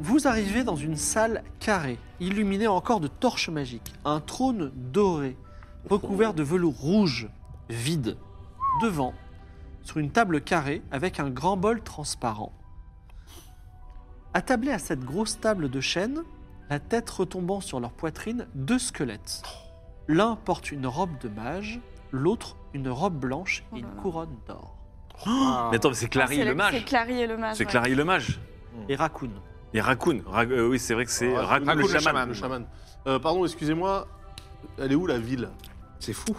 Vous arrivez dans une salle carrée, illuminée encore de torches magiques. Un trône doré, recouvert de velours rouge, vide. Devant, sur une table carrée avec un grand bol transparent. Attablés à cette grosse table de chêne, la tête retombant sur leur poitrine, deux squelettes. L'un porte une robe de mage, l'autre une robe blanche et une couronne d'or. Mais attends, mais c'est Clary Ah, C'est le C'est mage. Clary et le mage. C'est ouais. Clary le mage. Hmm. Et Raccoon. Et Raccoon. Ra- euh, oui, c'est vrai que c'est Ah, Raccoon, Raccoon, le chaman. le chaman. Euh, pardon, excusez-moi. Elle est où la ville C'est fou.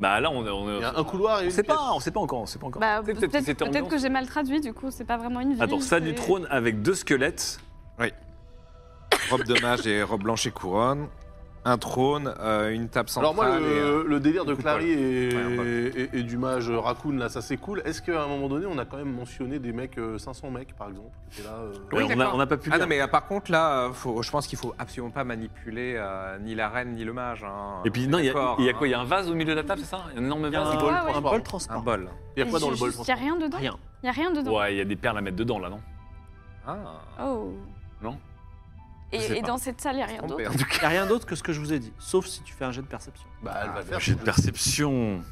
Bah là, on, on- Il y a un couloir et On une sait pièce. pas, on sait pas encore, on sait pas encore. Bah, Peut-être- peut-être c'était en peut-être Lyon. que j'ai mal traduit, du coup, c'est pas vraiment une ville. Attends, ça du c'est- trône avec deux squelettes. Robe de mage et robe blanche et couronne. Un trône, euh, une table centrale. Alors moi, et, euh, le, le délire de coupe, Clary et, Ouais, on va- et- et du mage Raccoon, là, ça c'est cool. Est-ce qu'à un moment donné, on a quand même mentionné des mecs, euh, 500 mecs par exemple qui étaient là, euh, Oui, Ouais, on a- d'accord. on n'a pas pu Ah lire. non, mais euh, par contre, là, euh, faut- je pense qu'il faut absolument pas manipuler euh, ni la reine ni le mage. hein. Et puis, On est non, il y, a- d'accord, il y a hein. quoi Il y a un vase au milieu de la table, c'est ça Un énorme Il y a vase un Ouais, bol ouais. transparent. Un bol Un transparent. bol. Il y a quoi dans le bol Il y a rien dedans Rien. Il y a rien dedans. Ouais, il y a des perles à mettre dedans, là, non Ah. Oh. Non Je sais Et, et pas. dans cette salle, il n'y a rien Trompé, d'autre. en tout Il n'y a rien d'autre que ce que je vous ai dit, sauf si tu fais un jet de perception. Bah, Ah, elle va le faire. J'ai de perception.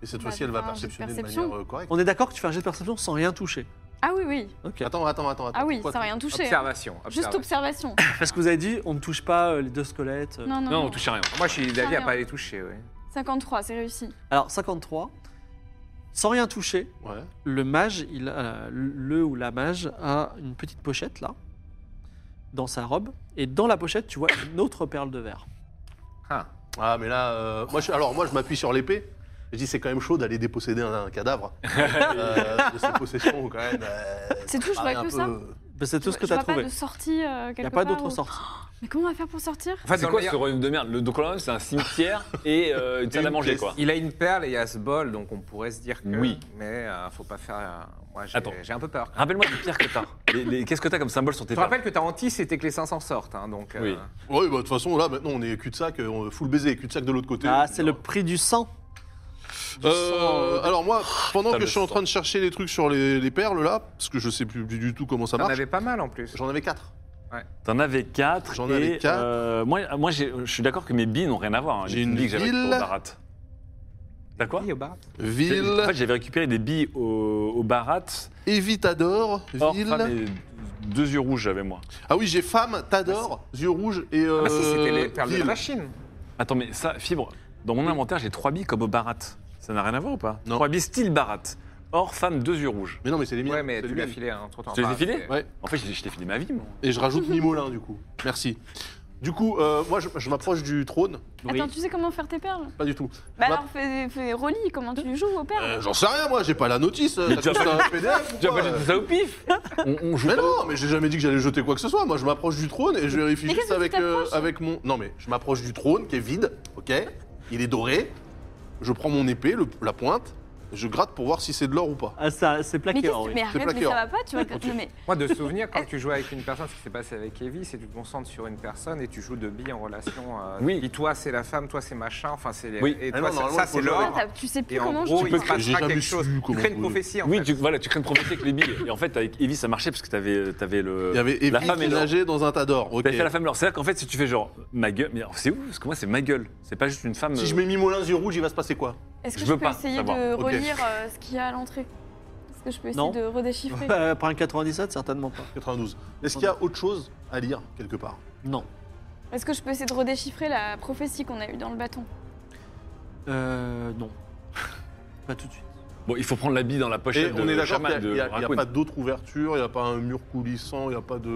Et cette Bah, fois-ci, elle va enfin, j'ai perceptionner de perception. manière euh, correcte. On est d'accord que tu fais un jet de perception sans rien toucher. Ah oui, oui. Ok. Attends, attends, attends. Ah oui, Quoi ça n'a que- rien touché. hein. Observation. Juste observation. observation. Parce que vous avez dit, on ne touche pas euh, les deux squelettes. euh. Non, non, Non, non. on touche à rien. Moi, je suis d'avis à rien. pas les toucher, oui. 53, c'est réussi. Alors, 53. Sans rien toucher, Ouais. le mage, il, a- euh, le ou la mage, a une petite pochette là, dans sa robe. Et dans la pochette, tu vois une autre perle de verre. Ah. Ah, mais là, euh, moi, je, alors moi, je m'appuie sur l'épée. Je dis, c'est quand même chaud d'aller déposséder un, un cadavre euh, de ses possessions, quand même. euh, C'est tout, je paraît vois un que peu- ça. Ben, c'est tout ce que Je tu as vois pas trouvé. de sortie euh, Il quelque n'y a pas part, d'autre ou- sortie. Mais comment on va faire pour sortir En fait, C'est dans quoi le- ce royaume de merde Le Docolan, c'est un cimetière et euh, une salle à une manger, pièce. quoi. Il a une perle et il a ce bol, donc on pourrait se dire que. Oui. Mais euh, faut pas faire. euh, Moi, j'ai Attends. j'ai un peu peur. Rappelle-moi les pierres que t'as. Les- les- Qu'est-ce que t'as comme symbole sur tes Je te perles rappelle que ta hantise, c'était que les 500 sortent. Hein, donc, euh, Oui. Oui, bah, de toute façon, là, maintenant, on est cul-de-sac, euh, on- full baiser, cul-de-sac de l'autre côté. Ah, c'est le prix du sang. Du sang, Euh, euh, alors moi, pendant Putain, que le je suis en sang. train de chercher les trucs sur les, les perles là, parce que je sais plus du, du tout comment ça T'en marche. avais pas mal en plus. J'en avais quatre. T'en avais 4. J'en avais quatre. moi, moi j'ai- je suis d'accord que mes billes n'ont rien à voir. hein. J'ai Les une billes que j'avais bille. au Barat. T'as quoi Oui, au bar. J'ai- En Ville, fait, j'avais récupéré des billes au, au Barat. Evitador, Or, Oh, femme ville. et deux yeux rouges j'avais moi. Ah oui, j'ai femme, Tador, yeux rouges et. Euh, Ah, si, c'était les perles de la ville. machine. Attends, mais ça, fibre, dans mon inventaire, j'ai trois billes comme au Barat. Ça n'a rien à voir ou pas Non. Trois billes style Barat. Or, femme, deux yeux rouges. Mais non, mais c'est les miens. Ouais, mais c'est les tu l'as miennes. filé hein, trop tard. Tu l'as Enfin, filé c'est- Ouais. En fait, je je t'ai filé ma vie, moi. Et je rajoute Mimolin du coup. Merci. Du coup, euh, moi, je, je m'approche du trône. Attends, tu sais comment faire tes perles Pas du tout. Bah Ma- alors, fais, fais relis, comment tu joues aux Euh, perles J'en sais rien, moi. J'ai pas la notice. euh, Mais t'as tu as tous pas un PDF ou Tu as quoi euh pas dit tout ça au pif on, on joue Mais pas. non, mais j'ai jamais dit que j'allais jeter quoi que ce soit. Moi, je m'approche du trône et je vérifie Mais juste qu'est-ce que tu avec, euh, t'approches avec mon. Non, mais je m'approche du trône qui est vide, ok Il est doré. Je prends mon épée, le- la pointe, et je gratte pour voir si c'est de l'or ou pas. Ah, ça, c'est Mais, plaqué. qu'est-ce- hein, oui. mais arrête, mais plaqué, ça hein. va pas, tu vois. Non, mais Moi, de souvenir, quand tu joues avec une personne, ce qui s'est passé avec Evie, c'est que tu te concentres sur une personne et tu joues de billes en relation. euh, Oui. Et toi, c'est la femme, toi, c'est machin, enfin c'est les. Oui. Et Ah toi, non, c'est- normalement, ça il faut c'est le- l'or. attends, tu sais plus Et en comment gros, je il joue. se J'ai passera jamais quelque su chose. Tu comment crées une on pouvait- prophétie en Oui, fait. tu, voilà, tu crées une prophétie avec les billes. Et en fait, avec Evie, ça marchait parce que t'avais, euh, t'avais le. Il y avait la Evie femme et qui l'or. nageait dans un tas d'or, ok. T'avais fait Bah, la femme et l'or. C'est-à-dire qu'en fait, si tu fais genre ma gueule. Mais alors, c'est ouf, parce que moi, c'est ma gueule. C'est pas juste une femme. Si je euh, mets Mimolin yeux rouges, il va se passer quoi Est-ce que je je veux peux pas essayer savoir. de Ok. relire euh, ce qu'il y a à l'entrée Est-ce que je peux Non. essayer de redéchiffrer Euh, Par un 97, certainement pas. 92. Est-ce qu'il y a autre chose à lire quelque part Non. Est-ce que je peux essayer de redéchiffrer la prophétie qu'on a eue dans le bâton Euh, non. Pas tout de suite. Bon, il faut prendre la bille dans la Et pochette de on est d'accord chaman qu'il de n'y a, il y a Raccoon. pas d'autre ouverture, il n'y a pas un mur coulissant, il n'y a pas de.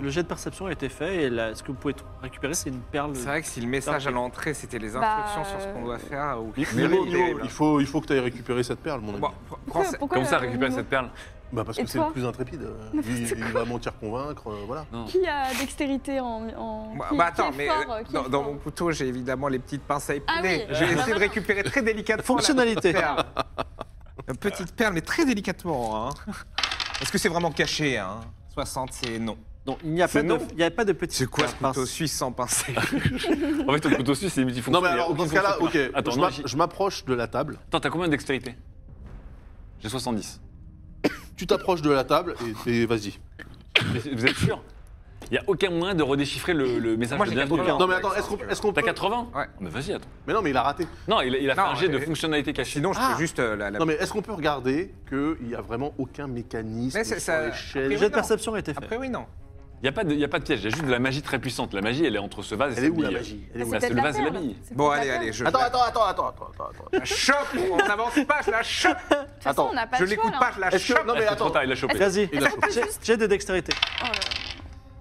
Le jet de perception a été fait et là, ce que vous pouvez t- récupérer, c'est une perle. C'est vrai que si le message à Ok. l'entrée c'était les Bah, instructions sur ce qu'on euh, doit faire ou Il, Mais Mimo, oui, Mimo, terrible. il faut, il faut que tu ailles récupérer cette perle, mon ami. Bon, pr- prends ça- Pourquoi Comme ça, le- récupérer cette perle. Bah parce Et que c'est le toi plus intrépide. Lui, il va mentir, convaincre, euh, voilà. Qui a dextérité en. en... Bah, qui- bah, qui est attends, mais fort, euh, qui est dans, dans fort mon couteau, j'ai évidemment les petites pinces à Ah oui, épiner. Je vais bah essayer de voilà. récupérer très délicatement. la Fonctionnalité. perle. Une Euh, petite perle, mais très délicatement. hein. Est-ce que c'est vraiment caché hein 60, c'est non. Non, il n'y a, pas C'est de- non. il n'y a pas de petit. C'est quoi ce perle, couteau pince. suisse sans pince En fait, ton couteau suisse, c'est multifonction. Non mais il y a alors dans aucune ce cas-là, ok, fonction. Attends, je non, m'a- j'ai- je m'approche de la table, Attends, t'as combien de dextérité J'ai 70. tu t'approches de la table et, et vas-y. Mais Vous êtes sûr Il n'y a aucun moyen de redéchiffrer le, le message Moi, de j'ai bienvenue. 80. Non mais attends, est-ce qu'on est-ce qu'on T'as peut... 80 Ouais. Mais vas-y, attends. Mais non mais il a raté. Non, il, a- il a fait Non, un jet de mais- fonctionnalité cachée. Sinon, je peux Ah. juste euh, la. la- Non mais est-ce qu'on peut regarder qu'il n'y a vraiment aucun mécanisme Mais sur c'est- ça- les Le chaînes jet Oui, de non. perception a été fait. Après, oui, non. Il n'y a, pas de- il y a pas de piège, il y a juste de la magie très puissante. La magie, elle est entre ce vase et Elle est cette où la bille. magie Elle est Mais où Bah, peut-être c'est le la vase et la perle. bille. C'est Bon, peut-être allez, la allez, perle. je. Attends, la- attends, attends, attends, attends, attends, attends. la chope, on n'avance pas, je la chope. De toute façon, attends, on n'a pas Je de choix, l'écoute là. pas, je la Est-ce que- chope. non, mais Ah, c'est attends. trop tard, il l'a chopé. Vas-y, Il a chopé. jet- jet de dextérité. Oh là là,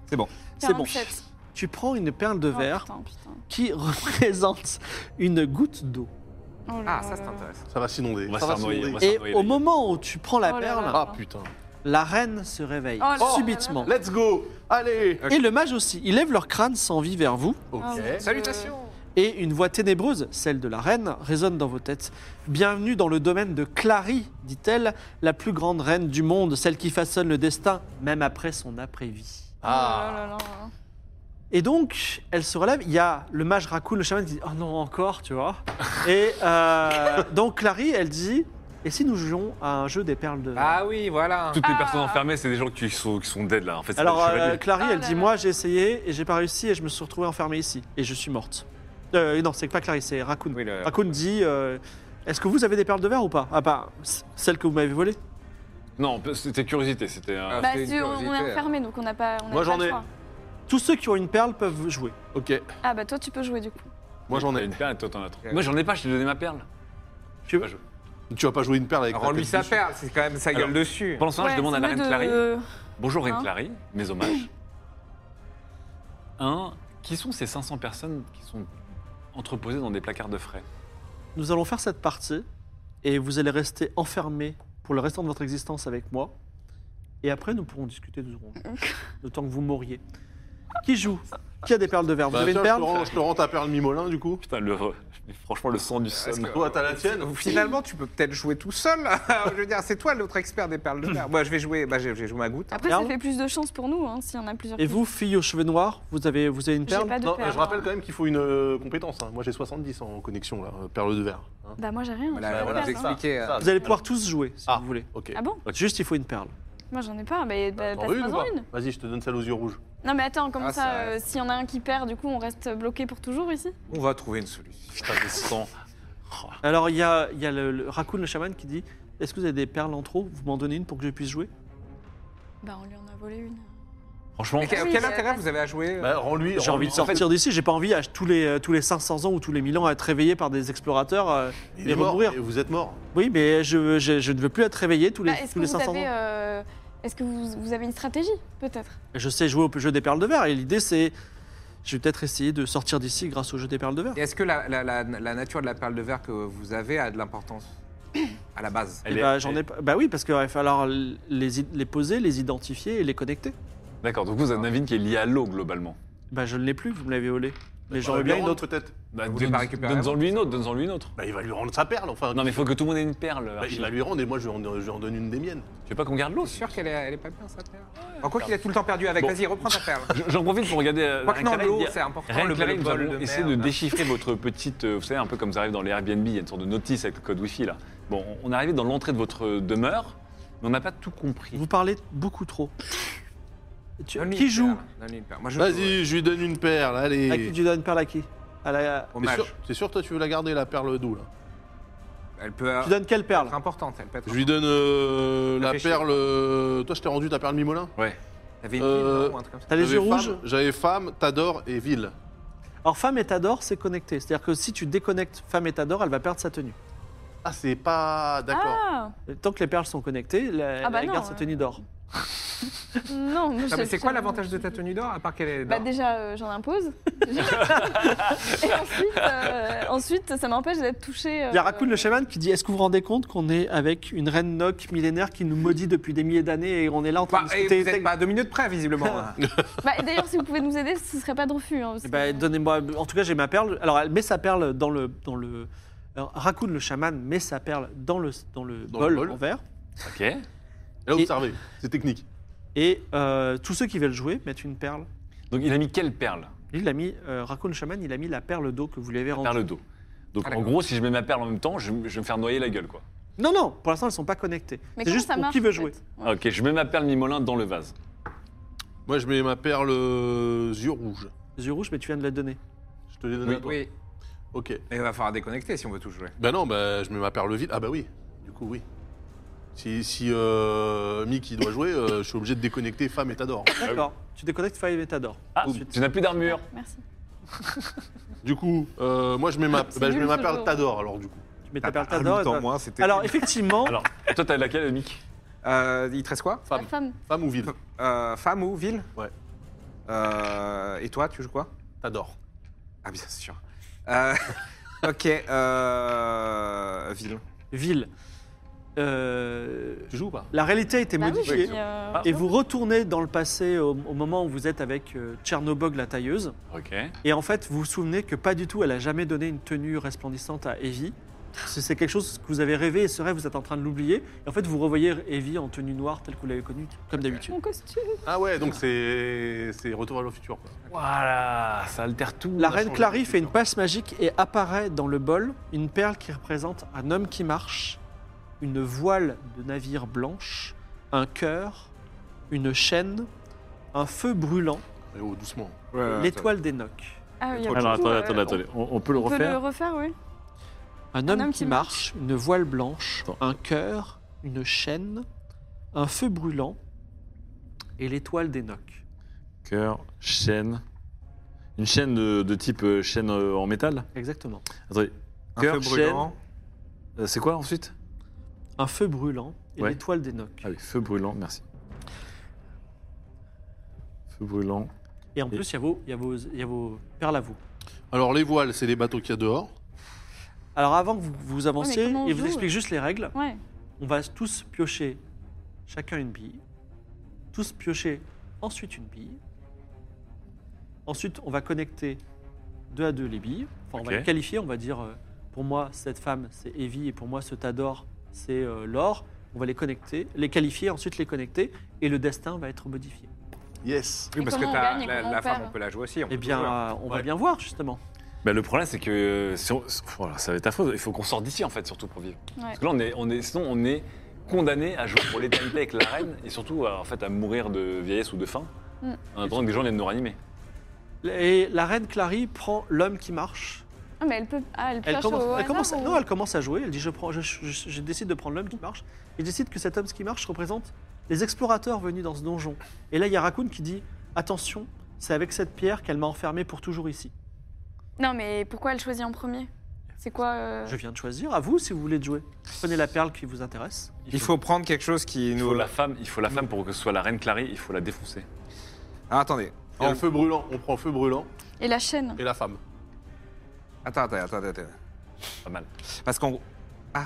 C'est bon. C'est bon. 47. Tu prends une perle de Oh, verre putain, putain. qui représente une goutte d'eau. Oh là Ah, ça, là c'est là. intéressant. Ça va s'inonder. On va ça se faire noyer, s'inonder. on va se- Et va, il au est- moment où tu prends la Oh là perle, là. Ah putain. la reine se réveille Oh là là. subitement. Let's go Allez là. Et le mage aussi. Il lève leur crâne sans vie vers vous. Ok. Ah, ouais. Salutations Et une voix ténébreuse, celle de la reine, résonne dans vos têtes. Bienvenue dans le domaine de Clary, dit-elle, la plus grande reine du monde, celle qui façonne le destin, même après son après-vie. Ah, Oh là là là là. Et donc, elle se relève. Il y a le mage Raccoon, le chaman, qui dit Oh non, encore, tu vois. Et euh, donc, Clary, elle dit Et si nous jouions à un jeu des perles de. Ah oui, voilà. Toutes les personnes Ah. enfermées, c'est des gens qui sont, qui sont dead là. En fait, c'est Alors, des euh, chevaliers. Clary, Ah elle là dit là. Moi, j'ai essayé et j'ai pas réussi et je me suis retrouvée enfermée ici. Et je suis morte. Euh, non, c'est pas Clary, c'est Raccoon. Oui, le- Raccoon dit euh, Est-ce que vous avez des perles de verre ou pas Ah, bah, c- celle que vous m'avez volée. Non, c'était curiosité, c'était. euh, Ah. Bah, c'est une si, on- on curiosité, est alors. enfermé, donc on n'a pas. on n'a Moi, pas j'en le ai. choix. Tous ceux qui ont une perle peuvent jouer. Ok. Ah, bah, toi, tu peux jouer du coup. Moi j'en ai. une perle et toi t'en as trois. Moi j'en ai pas, je t'ai donné ma perle. Tu Pas joué. Tu vas pas jouer une perle avec ta Rends-lui tête sa dessus. perle, c'est quand même sa gueule Alors, dessus. Pendant ce temps, Ouais, je demande à c'est la mieux reine de- Clary. Bonjour reine Hein Clary, mes hommages. Un, qui sont ces 500 personnes qui sont entreposées dans des placards de frais Nous allons faire cette partie et vous allez rester enfermés pour le restant de votre existence avec moi. Et après, nous pourrons discuter de secondes. D'autant que vous mourriez. Qui joue Qui a des perles de verre Vous Bah, avez une tiens, je, te perle rends, je te rends ta perle Mimolin du coup. Putain, le, franchement, le sang du Parce son. que- Toi t'as la tienne. Finalement, tu peux peut-être jouer tout seul. je veux dire, c'est toi l'autre expert des perles de mer. Moi, je vais jouer, bah, j'ai j'ai joué ma goutte. Après, Perle. ça fait plus de chance pour nous, hein, s'il y en a plusieurs. Et qui- vous, fille aux cheveux noirs, vous avez, vous avez une J'ai perle pas de Non, perle. je rappelle quand même qu'il faut une euh, compétence. hein. Moi j'ai 70 en connexion là, euh, perle de verre. hein. Bah, moi, j'ai rien. Voilà, j'ai pas de Ah, voilà, euh. perle, vous hein. expliquez. Ça, Vous allez pouvoir tous jouer, si Ah. vous voulez. Ok. Ah bon Juste, il faut une perle. Moi, j'en ai pas. Bah, bah, T'en veux une ou passe-moi-en pas une. Vas-y, je te donne celle aux yeux rouges. Non, mais attends, comment Ah, ça, ça- euh, s'il y en a un qui perd, du coup, on reste bloqué pour toujours ici On va trouver une solution. Putain, le sang. Alors, il y a, il y a le, le Raccoon, le chaman, qui dit Est-ce que vous avez des perles en trop Vous m'en donnez une pour que je puisse jouer Bah, on lui en a volé une. Franchement, Mais quel, Oui, quel mais- intérêt vous avez à jouer euh, Bah, rends-lui. J'ai envie de sortir d'ici, j'ai pas envie à tous les, euh, tous les 500 ans ou tous les 1000 ans à être réveillé par des explorateurs. euh, Il et est mort. remourir. Et vous êtes mort. Oui, mais je, je- je ne veux plus être réveillé tous les, Bah, Est-ce tous que les vous 500 avez. ans. euh, Est-ce que vous, vous avez une stratégie, peut-être Je sais jouer au jeu des perles de verre et l'idée c'est. Je vais peut-être essayer de sortir d'ici grâce au jeu des perles de verre. euh, Est-ce que la, la- la- la nature de la perle de verre que vous avez a de l'importance à la base Eh ben, j'en ai pas- bah oui, parce qu'il va falloir les, i- les poser, les identifier et les connecter. D'accord, donc vous avez un navire qui est lié à l'eau globalement. Bah je ne l'ai plus, vous me l'avez volé. Mais Bah, j'aurais lui bien une rendre, autre. peut-être. Bah, Vous voulez donne- pas récupérer Donne-en avant, lui une autre, donne-en lui une autre. Bah, il va lui rendre sa perle. Enfin, Non, mais il faut que tout le monde ait une perle. bah, Archie. il va lui rendre et moi je lui en, je lui en donne une des miennes. Tu veux pas qu'on garde l'eau Je suis sûr qu'elle est, elle est pas bien, sa perle. En quoi qu'il a tout le temps perdu avec. Bon. Vas-y, reprends ta perle. Je- J'en profite pour regarder. euh, Quoique Reine non, Clary, l'eau, il y a- c'est important. Reine le Clary, nous monopole avons de essayé de merde. déchiffrer votre petite. euh, Vous savez, un peu comme ça arrive dans les Airbnb, il y a une sorte de notice avec le code Wi-Fi là. Bon, on est arrivé dans l'entrée de votre demeure, mais on n'a pas tout compris. Vous parlez beaucoup trop. Tu- Donne-lui qui une joue perle, donne-lui une perle. Moi, je joue. euh, Vas-y, je lui donne une perle. À qui Allez. tu donnes une perle à qui À la- C'est Hommage. sûr, c'est sûr, toi tu veux la garder la perle d'où là Elle peut euh, Tu donnes quelle perle être importante. Elle peut être. Je lui donne euh, Ça la fait chier. perle. euh, Toi je t'ai rendu ta perle Mimolin T'avais une Euh, pile, non, ou un truc comme ça. T'as les yeux J'avais femme- rouges J'avais femme, Tador et Ville. Alors femme et Tador, c'est connecté. C'est-à-dire que si tu déconnectes femme et Tador, elle va perdre sa tenue. Ah, c'est pas. D'accord. Ah Tant que les perles sont connectées, la, Ah bah la non, gare hein. Saint-Denis d'or. Non, moi, Non, mais je- c'est quoi l'avantage de ta tenue d'or, à part qu'elle est Bah d'or déjà, euh, j'en impose. Déjà. Et ensuite, euh, ensuite, ça m'empêche d'être touchée. euh, Il y a Raccoon le chaman qui dit Est-ce que vous vous rendez compte qu'on est avec une reine Noc millénaire qui nous maudit depuis des milliers d'années et on est là en train Bah, de et discuter vous êtes pas à deux minutes près, visiblement. hein. Bah, et D'ailleurs, si vous pouvez nous aider, ce serait pas de refus. hein, parce Eh que- ben, donnez-moi. En tout cas, j'ai ma perle. Alors, elle met sa perle dans le. Dans le alors, Raccoon, le chaman, met sa perle dans le, dans le, Dans bol, le bol. en verre. Ok. Elle a observé. C'est technique. Et euh, tous ceux qui veulent jouer mettent une perle. Donc il a mis quelle perle Lui, il a mis. euh, Raccoon, le chaman, il a mis la perle d'eau que vous lui avez rendue. Perle le dos. Donc en Ah, d'accord. gros, si je mets ma perle en même temps, je, je vais me faire noyer la gueule, quoi. Non, non, pour l'instant, elles ne sont pas connectées. Mais C'est comment juste ça pour marche, qui veut en fait jouer. Ah, Ok, je mets ma perle mimolin dans le vase. Moi, je mets ma perle euh, yeux rouges. Les yeux rouges, mais tu viens de la donner. Je te les donne à toi. Oui. Ok. Et il va falloir déconnecter si on veut tout jouer. Ben non, ben, je mets ma perle vide. Ah, bah oui. Du coup, oui. Si, si euh, Mick il doit jouer, euh, je suis obligé de déconnecter femme et t'adore. D'accord. Tu déconnectes Fire et Métador. Ah, Ensuite. tu n'as plus d'armure. Merci. Du coup, euh, moi, je mets ma, C'est ben, je nul, mets ma ce perle jeu. t'adore alors, du coup. Tu mets ta perle T'as Ah, un Tador. minute en et toi- moins, c'était- Alors, effectivement, Alors, toi, t'as laquelle, Mick Euh, il te reste quoi Femme. La femme. Femme ou ville Euh, Femme ou ville Ouais. Euh, et toi, tu joues quoi T'adore. Ah, bien sûr. Euh, ok, euh, ville. ville. Euh, Tu joues ou pas la réalité a été Bah oui, modifiée. je dis, euh, Ah, Et vous retournez dans le passé au, au moment où vous êtes avec euh, Tchernobog la tailleuse. Ok. Et en fait, vous vous souvenez que pas du tout, elle a jamais donné une tenue resplendissante à Evie. C'est c'est quelque chose que vous avez rêvé et ce rêve, vous êtes en train de l'oublier. Et en fait, vous revoyez Evie en tenue noire telle que vous l'avez connue, comme d'habitude. Mon costume. Ah ouais, donc c'est c'est Retour à le futur. Quoi. Voilà, ça altère tout. La a reine changé Clary de fait une culture. passe magique et apparaît dans le bol une perle qui représente un homme qui marche, une voile de navire blanche, un cœur, une chaîne, un feu brûlant, Mais oh, doucement. Euh, l'étoile d'Enoch. Ah, il y a Alors, beaucoup, attendez, euh, attendez, attendez. On, on peut le On peut le refaire refaire, oui. Un homme, qui marche, une voile blanche, un cœur, une chaîne, un feu brûlant et l'étoile d'Enoch. Cœur, chaîne. Une chaîne de, de type euh, chaîne euh, en métal Exactement. Attendez. Un Cœur, feu brûlant. Euh, C'est quoi ensuite Un feu brûlant et Ouais. l'étoile d'Enoch. Ah oui, feu brûlant, merci. Feu brûlant. Et en plus, il y a vos, il y a vos- il y a vos perles à vous. Alors, les voiles, c'est les bateaux qu'il y a dehors. Alors avant que vous, vous avanciez, comment on et vous joue explique juste les règles, Ouais. on va tous piocher chacun une bille, tous piocher ensuite une bille. Ensuite, on va connecter deux à deux les billes. Enfin, on va Ok. les qualifier, on va dire euh, pour moi cette femme c'est Evie et pour moi ce Tador c'est euh, Laure. On va les connecter, les qualifier, ensuite les connecter et le destin va être modifié. Yes. Oui, parce que comment on t'as gagne et la, comment la on femme, perd on peut la jouer aussi. on Eh peut bien, jouer. euh, on va Ouais. bien voir justement. Bah, le problème, c'est que euh, si on- si- voilà, ça va être affreux. Il faut qu'on sorte d'ici, en fait, surtout pour vivre. Ouais. Parce que là, on est, on est, sinon, on est condamné à jouer pour l'éternité avec la reine et surtout, à- en fait, à mourir de vieillesse ou de faim. Mm. En attendant que des gens viennent nous ranimer. Et la reine Clary prend l'homme qui marche Ah, mais elle peut. Ah, elle peut Elle commence, elle commence à, ou... non, elle commence à jouer. Elle dit je, prends, je, je- je décide de prendre l'homme qui marche. Et je décide que cet homme qui marche représente les explorateurs venus dans ce donjon. Et là, il y a Raccoon qui dit Attention, c'est avec cette pierre qu'elle m'a enfermé pour toujours ici. Non, mais pourquoi elle choisit en premier C'est quoi euh, Je viens de choisir, à vous si vous voulez de jouer. Prenez la perle qui vous intéresse. Il faut prendre quelque chose qui Il nous. faut la femme, il faut la femme pour que ce soit la reine Clary, il faut la défoncer. Ah, attendez. Et le feu brûlant, on prend feu brûlant Et la chaîne et la femme. Attends, attends, attends, attends. Pas mal. Parce qu'en gros. Ah,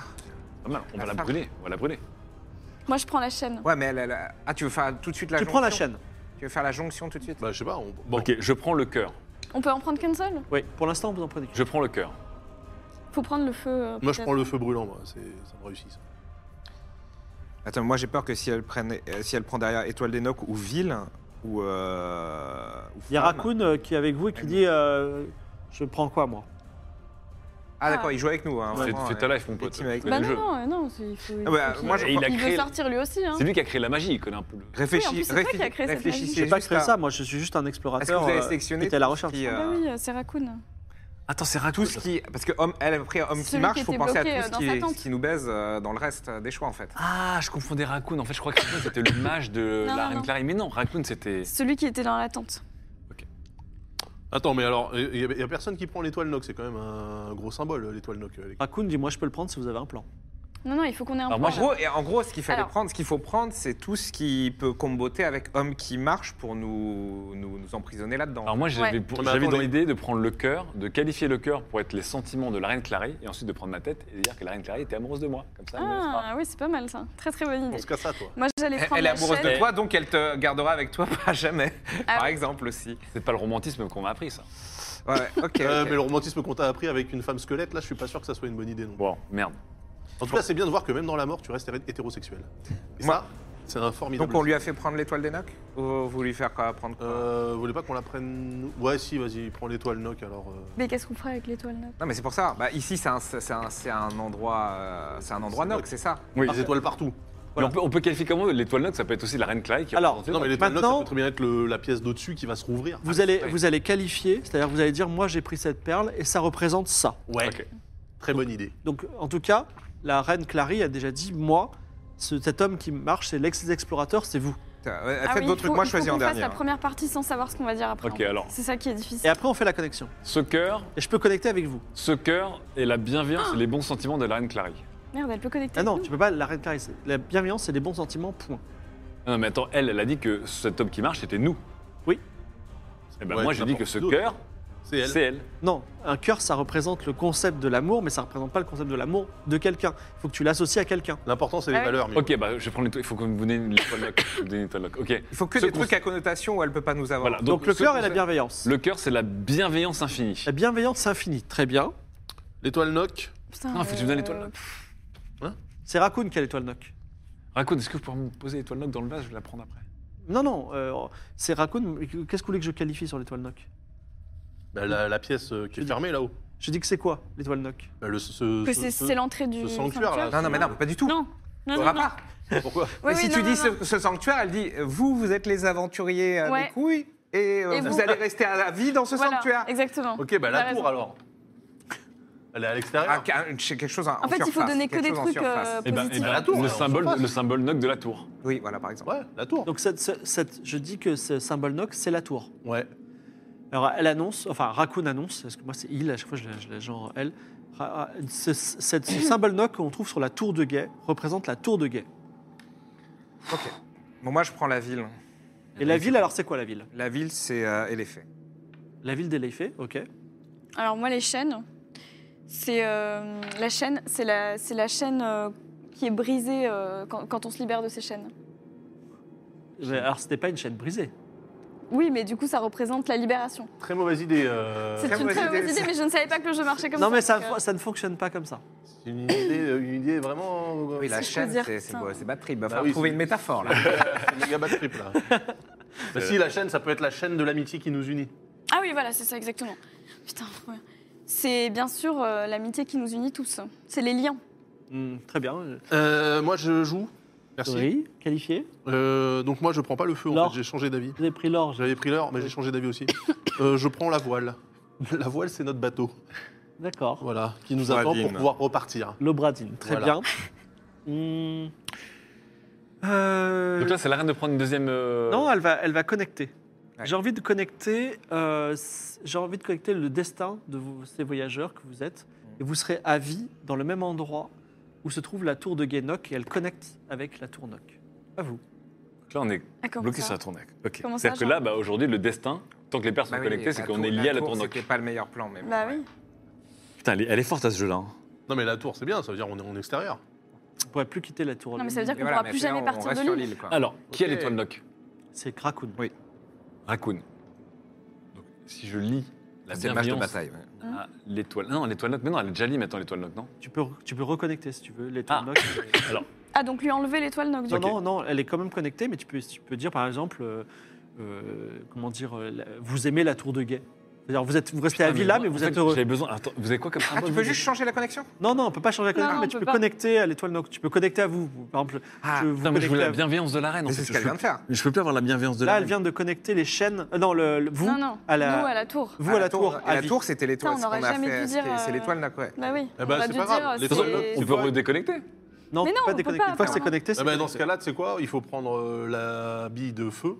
Pas mal. On va La la femme. brûler. On va la brûler. Moi, je prends la chaîne. ouais, mais elle, elle a- Ah, tu veux faire tout de suite la tu jonction prends la chaîne. Tu veux faire la jonction tout de suite Bah, je sais pas. On... Bon. Ok, je prends le cœur. On peut en prendre qu'une seule Oui, pour l'instant, vous en prenez qu'une. Je prends le cœur. Faut prendre le feu. euh, Moi, je peut-être. prends le feu brûlant, moi. c'est- Ça me réussit. ça. Attends, moi j'ai peur que si elle, prenne, euh, si elle prend derrière Étoile d'Enoch ou Ville ou. Euh, ou Il y a Femme- Raccoon euh, qui est avec vous et qui dit euh, Je prends quoi, moi Ah, d'accord, il joue avec nous. Hein, Fais- vraiment, Fais ouais. ta life, mon pote. team avec- Fais Bah le non, jeu. non, euh, non, c'est- il faut. il Ah, bah, faut qu'il- moi je. Et il a Il veut créé- sortir lui aussi, hein C'est lui qui a créé la magie. Il connaît un peu le. Réfléchis, Oui, en plus, c'est toi qui as créé cette réfléchissez magie. Je n'ai pas juste créé à- ça, moi, je suis juste un Est-ce que explorateur vous avez euh, qui sélectionné était à la tout ce recherche. qui, Ah bah euh, oui, euh, c'est Raccoon. Attends, c'est Raccoon. Tout ce qui. Parce que homme, elle a pris homme qui Celui marche, qui faut était penser à bloqué, tout euh, dans ce qui, sa est- tente. qui nous baise euh, dans le reste euh, des choix en fait. Ah, je confondais Raccoon. En fait, je crois que Raccoon, c'était le mage de Non, la non, reine non. Clary. Mais non, Raccoon, c'était. Celui qui était dans la tente. Attends, mais alors, il y, a- y a personne qui prend l'étoile Noc, c'est quand même un gros symbole, l'étoile Noc. euh, les gars. Raccoon dit Moi, je peux le prendre si vous avez un plan. Non, non, il faut qu'on ait un Alors, plan. Ah, moi, En gros, et en gros, ce qu'il fallait Alors. prendre, ce qu'il faut prendre, c'est tout ce qui peut comboter avec homme qui marche pour nous, nous, nous emprisonner là-dedans. Alors moi, j'avais Ouais. pour- Mais j'avais dans attendez. l'idée de prendre le cœur, de qualifier le cœur pour être les sentiments de la reine Clary, et ensuite de prendre ma tête et de dire que la reine Clary était amoureuse de moi. Comme ça, elle me laissera. Ah oui, c'est pas mal ça. Très très bonne Pense idée. qu'à ça, toi. Moi j'allais Elle, prendre elle est la amoureuse chaîne. de toi, donc elle te gardera avec toi à jamais. Ah. Par exemple aussi. c'est pas le romantisme qu'on m'a appris, ça. Ouais, ouais, ok. Euh, ok. Mais le romantisme qu'on t'a appris avec une femme squelette, là, je suis pas sûr que ça soit une bonne idée non. Bon, merde. En tout cas, c'est bien de voir que même dans la mort, tu restes hé- hétérosexuel. Et Moi- ça, c'est un formidable. Donc on lui a fait prendre l'étoile d'Enoch Ou vous lui faire quoi, prendre quoi Euh, vous voulez pas qu'on la prenne nous Ouais, si, vas-y, prends l'étoile Noc alors. euh. Mais qu'est-ce qu'on fera avec l'étoile neuve Non mais c'est pour ça. Bah, ici c'est un, c'est un, c'est un endroit, euh, c'est un endroit Ah, C'est Noc, Noc. c'est ça. Euh, Oui. Des étoiles partout. Mais on, peut, on peut qualifier comment l'étoile noire, ça peut être aussi la reine Clary qui Alors, représente- Non, mais l'étoile Noc, ça maintenant- peut très bien être le- la pièce d'au-dessus qui va se rouvrir. Ah, Vous, allez, oui. vous allez qualifier, c'est-à-dire vous allez dire Moi, j'ai pris cette perle et ça représente ça. Ouais. Ok. Très bonne idée. Donc, en tout cas, la reine Clary a déjà dit Moi, ce- cet homme qui marche, c'est l'ex-explorateur, c'est vous. Putain, ouais, Ah Faites oui, vos il trucs, faut- moi il je faut choisis en qu'on fasse dernier. hein. la première partie sans savoir ce qu'on va dire après. Ok, en fait. alors. C'est ça qui est Et difficile. après, on fait la connexion. ce cœur, Et je peux connecter avec vous. Ah ce cœur et la Ah. bienveillance et les bons sentiments de la reine Clary. Merde, elle peut connecter. Ah non, avec tu peux pas, la reine Clary, c'est- la bienveillance, c'est les bons sentiments, point. Non, non, mais attends, elle, elle a dit que cet homme qui marche, c'était nous. Oui. Eh ben Ouais, moi, j'ai dit n'importe que ce qui d'autre. cœur, C'est elle. c'est elle. Non, un cœur, ça représente le concept de l'amour, mais ça représente pas le concept de l'amour de quelqu'un. Il faut que tu l'associes à quelqu'un. L'important, c'est les Ah oui. valeurs. mais- Ok, bah je prends l'étoile. Il faut qu'on me donne une étoile noire. Je vous donne une étoile noire. Ok. Il faut que Ce des qu'on- trucs à connotation où elle peut pas nous avoir. Voilà, Donc, le ce cœur et la concept- bienveillance. Le cœur, c'est la bienveillance infinie. La bienveillance infinie, très bien. L'étoile Noc, nous. Putain, Non, faut que tu me donnes l'étoile. C'est Raccoon qui a l'étoile Noc. Raccoon, est-ce que vous pouvez me poser l'étoile noire dans le vase Je vais la prendre après. Non, non, euh, c'est Raccoon. Qu'est-ce que vous voulez que je qualifie sur l'étoile Noc bah, la, la pièce euh, qui est fermée là-haut. Je dis que c'est quoi l'étoile Noc Bah, le, ce- ce- Que ce- c'est ce- c'est l'entrée du ce sanctuaire, là. Non, non, mais non, pas du tout. Non, non, Faudra non. non. pas. Pourquoi Oui, mais oui, si non, tu non, dis non. ce, ce sanctuaire, elle dit euh, vous, vous êtes les aventuriers à Ouais. des couilles et, euh, Et vous, vous. allez rester à la vie dans ce Voilà, sanctuaire. Exactement. Ok, bah T'as la raison. tour alors. Elle est à Un- l'extérieur. un- Ah, une- quelque chose en En fait, il faut surface, donner que quelque des chose en trucs surface. euh, Eh ben, eh positifs. ben, La tour, le, alors, en symbole, face. le symbole noc de la tour. Oui, voilà, par exemple. Ouais, la tour. Donc cette- ce- cette- je dis que ce symbole Noc, c'est la tour. Ouais. Alors elle annonce, enfin Raccoon annonce, parce que moi c'est il, à chaque fois je la, je la genre elle. Ra- ra- Ce, cette- ce symbole Noc qu'on trouve sur la tour de guet représente la tour de guet. Ok. Bon, moi, je prends la ville. Et la ville, alors c'est quoi la ville La ville, c'est euh, Éléphée. La ville d'Eleifé, ok. Alors moi, les chaînes, c'est euh, la chaîne, c'est la, c'est la chaîne euh, qui est brisée euh, quand, quand on se libère de ces chaînes. Mais Alors c'était pas une chaîne brisée. Oui, mais du coup, ça représente la libération. Très mauvaise idée. euh, C'est Très une mauvaise très idée, mauvaise idée, ça. mais je ne savais pas que le jeu marchait comme non ça. mais ça, donc, euh, ça ne fonctionne pas comme ça. C'est une idée, euh, une idée vraiment. euh, Oui, la Si je peux chaîne, dire c'est c'est ça. beau, c'est bad trip. Il va Bah falloir oui, trouver c'est- une métaphore, là. C'est méga bad trip là. Bah, si, la chaîne, ça peut être la chaîne de l'amitié qui nous unit. euh, Ah oui, voilà, c'est ça exactement. Putain. ouais. C'est bien sûr euh, l'amitié qui nous unit tous. C'est les liens. Hmm, très bien. Euh, moi, je joue. Merci. Oui, qualifié. Euh, donc, moi, je prends pas le feu en L'or. fait, j'ai changé d'avis. Vous avez pris l'orge. J'avais pris l'heure, mais j'ai changé d'avis aussi. Euh, je prends la voile. La voile, c'est notre bateau. D'accord. Voilà, qui nous attend pour Voisine. pouvoir repartir. L'obradine, très Voilà. bien. Hmm, euh, Donc là, c'est la reine de prendre une deuxième. euh, Non, elle va, elle va connecter. Ouais. J'ai envie de connecter. euh, c- J'ai envie de connecter le destin de vous- ces voyageurs que vous êtes, et vous serez à vie dans le même endroit où se trouve la tour de Guénoc, et elle connecte avec la tour Noc. À vous. Donc là, on est Ah, comment bloqué ça sur la tour noc. Ok. Comment ça, C'est-à-dire que là, genre bah, aujourd'hui, le destin, tant que les pairs sont Bah oui, connectés, c'est la qu'on tour- est lié à la tour, tour noc. C'était pas le meilleur plan, mais bon. Bah ouais. oui. Putain, elle est- elle est forte à ce jeu-là. hein. Non, mais la tour, c'est bien, ça veut dire on est en extérieur. Vous ne pourrez plus quitter la tour. Non, mais ça veut dire Et qu'on ne voilà, pourra mais plus sinon, jamais on partir reste de sur l'île. quoi. Alors, qui a Ok. l'étoile noc C'est Krakoun. Oui. Raccoon. Donc, si je lis la C'est le match de bienveillance bataille. ouais. à l'étoile. Non, l'étoile noc, mais non, elle est déjà lit maintenant, l'étoile noc, non Tu peux, tu peux reconnecter si tu veux. Les tours Ah. Noc, euh, Alors, Ah, donc lui enlever l'étoile Noc. Non, du coup. non, non, elle est quand même connectée, mais tu peux, tu peux dire par exemple, euh, euh, comment dire, euh, la- vous aimez la tour de guet. C'est-à-dire, vous, êtes, vous restez à Villa, moi, mais en vous fait, êtes heureux. J'avais besoin. Attends, vous avez quoi comme Ah, tu peux juste changer la connexion Non, non, on peut pas changer la connexion, non, mais on tu peut peux pas. connecter à l'étoile Noc. Tu peux connecter à vous. Par exemple, Ah, je, vous Putain, mais je connectez voulais à- la bienveillance de la reine. en mais fait. c'est ce qu'elle Je peux- vient de faire. Je peux plus avoir la bienveillance de Là, la elle reine. vient de connecter les chaînes. euh, non, le, le- vous, Non, non. à la, Nous à la tour. vous à la tour. Et à la vie. tour, c'était l'étoile. Ça, on ce qu'on aurait a jamais fait, dû dire, c'était- C'est euh, l'étoile, là, ouais. Bah oui. Eh on ben, va c'est dû pas dire, grave, c'est- l'étoile Noc, On peut Ouais. redéconnecter Non, Mais tu peux non, pas on peut déconnecter. pas, Eh Ah Une fois que c'est ben, pardon. connecté, c'est Ah bah, dans connecté. ce cas-là, tu sais quoi Il faut prendre euh, la bille de feu